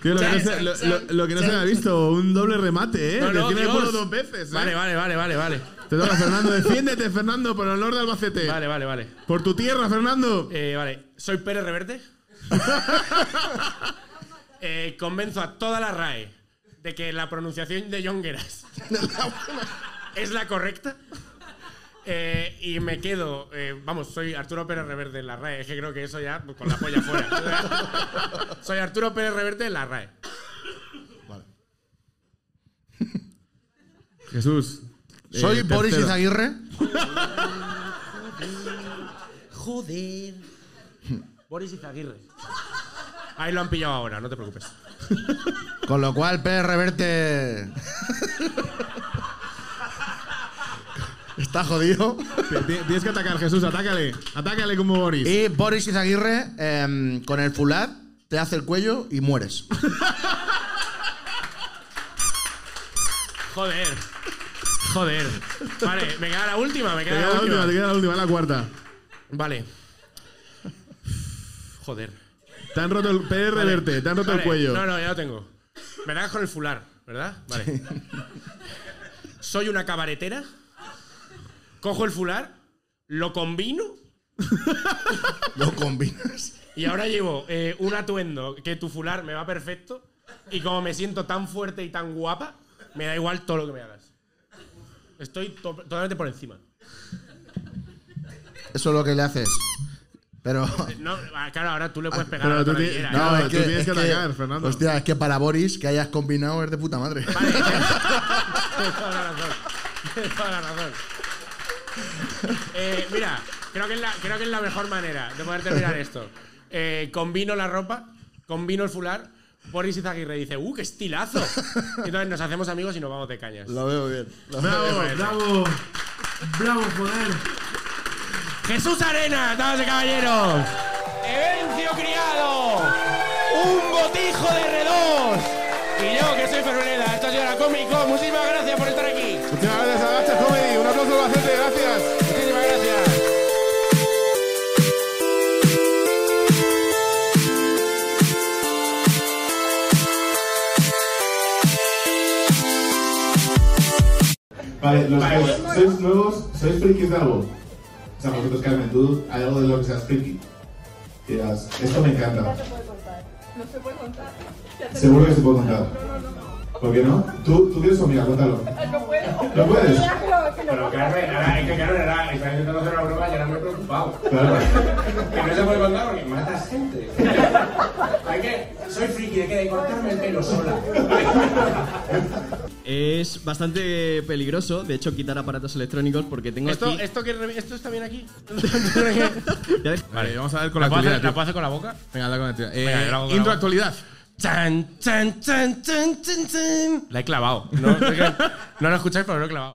[SPEAKER 1] Tío, lo que no se, lo- lo- lo que no se había visto, un doble remate, ¿eh?
[SPEAKER 2] No, no,
[SPEAKER 1] Defiende el
[SPEAKER 2] Dios.
[SPEAKER 1] pueblo dos veces, ¿eh?
[SPEAKER 2] Vale, vale, vale, vale, vale.
[SPEAKER 1] Te toca, Fernando. Defiéndete, Fernando, por el honor de Albacete.
[SPEAKER 2] Vale, vale, vale.
[SPEAKER 1] Por tu tierra, Fernando.
[SPEAKER 2] Eh, vale, soy Pérez Reverte. Eh, convenzo a toda la RAE de que la pronunciación de Jongueras es la correcta. Eh, y me quedo, eh, vamos, soy Arturo Pérez Reverte en la RAE. Es que creo que eso ya pues, con la polla fuera. soy Arturo Pérez Reverte en la RAE.
[SPEAKER 1] Jesús. eh,
[SPEAKER 6] Soy Boris
[SPEAKER 1] tercero.
[SPEAKER 6] Izaguirre.
[SPEAKER 2] Joder. Boris Izaguirre. Ahí lo han pillado ahora, no te preocupes.
[SPEAKER 6] Con lo cual, Pérez Reverte. Está jodido.
[SPEAKER 1] Ti- ti- Tienes que atacar, Jesús. Atácale. Atácale como Boris.
[SPEAKER 2] Eh,
[SPEAKER 6] Y Boris Izaguirre, em, con el fular, te hace el cuello y mueres.
[SPEAKER 2] Joder. Joder. Vale, me queda la última, me
[SPEAKER 1] te
[SPEAKER 2] queda,
[SPEAKER 1] queda la última, te queda la última, la cuarta.
[SPEAKER 2] Vale. Joder.
[SPEAKER 1] Te han roto el PR
[SPEAKER 2] Vale.
[SPEAKER 1] verte, te han roto
[SPEAKER 2] Vale.
[SPEAKER 1] el cuello.
[SPEAKER 2] No, no, ya lo tengo. Me das con el fular, ¿verdad? Vale. Soy una cabaretera. Cojo el fular, lo combino
[SPEAKER 6] Lo combinas.
[SPEAKER 2] y ahora llevo eh, un atuendo que tu fular me va perfecto. Y como me siento tan fuerte y tan guapa, me da igual todo lo que me hagas. Estoy to- totalmente por encima.
[SPEAKER 6] Eso es lo que le haces. Pero.
[SPEAKER 2] No, ah, claro, ahora tú le puedes pegar a
[SPEAKER 1] Pero
[SPEAKER 2] la
[SPEAKER 1] tú, ti-
[SPEAKER 2] tortillera,
[SPEAKER 1] no,
[SPEAKER 2] ¿eh?
[SPEAKER 1] tú tienes que atacar, Fernando.
[SPEAKER 6] Hostia, es que para Boris que hayas combinado es de puta madre.
[SPEAKER 2] Vale, tienes toda la razón. Tienes toda la razón. Eh, mira, creo que, es la, creo que es la mejor manera de poder terminar esto. Eh, combino la ropa, combino el fular. Boris Izaguirre dice, ¡uh, qué estilazo! Y Entonces nos hacemos amigos y nos vamos de cañas.
[SPEAKER 6] Lo veo bien. lo veo bien.
[SPEAKER 3] Bravo, bravo. Bravo, joder.
[SPEAKER 2] Jesús Arena, damas y caballeros. Evencio Criado. Un botijo de redos. Y yo, que soy Feruleda. Esto ha sido la Comic Con. Muchísimas gracias por estar aquí.
[SPEAKER 1] Muchísimas gracias a Gacha Comedy. Un aplauso para gente, gracias.
[SPEAKER 2] Muchísimas gracias.
[SPEAKER 1] Vale, los que sois nuevos, sois frikis de algo. O sea, vosotros Carmen, tú, hay algo de lo que seas friki. Y Dirás, esto me encanta.
[SPEAKER 7] se puede contar. No se puede contar. Ya te-
[SPEAKER 1] Seguro que se puede contar. ¿Por qué no? ¿Tú, tú tienes amiga? Cuéntalo.
[SPEAKER 7] No puedo.
[SPEAKER 1] ¿No puedes?
[SPEAKER 7] Ya que lo- que lo-
[SPEAKER 2] Pero Carmen, ahora, es que Carmen, ahora está intentando hacer una broma y ahora me he preocupado.
[SPEAKER 1] Claro.
[SPEAKER 2] Que no se puede contar porque matas gente. Hay que, soy friki de que de cortarme el pelo sola.
[SPEAKER 5] Es bastante peligroso, de hecho, quitar aparatos electrónicos porque tengo
[SPEAKER 2] ¿Esto,
[SPEAKER 5] aquí...
[SPEAKER 2] esto, que, esto está bien aquí?
[SPEAKER 5] Ya ves-
[SPEAKER 1] Vale, vamos a ver con
[SPEAKER 2] ¿La
[SPEAKER 1] la,
[SPEAKER 2] puedo
[SPEAKER 1] actualidad.
[SPEAKER 2] hacer- la
[SPEAKER 1] tío.
[SPEAKER 2] puedo hacer con la boca?
[SPEAKER 1] Venga, anda con la actualidad.
[SPEAKER 2] Venga,
[SPEAKER 1] Eh,
[SPEAKER 2] grabo, grabo.
[SPEAKER 1] intro actualidad.
[SPEAKER 2] Chan, chan, chan, chan, chan, chan. La he clavado. No, no, no lo escucháis, pero lo he clavado.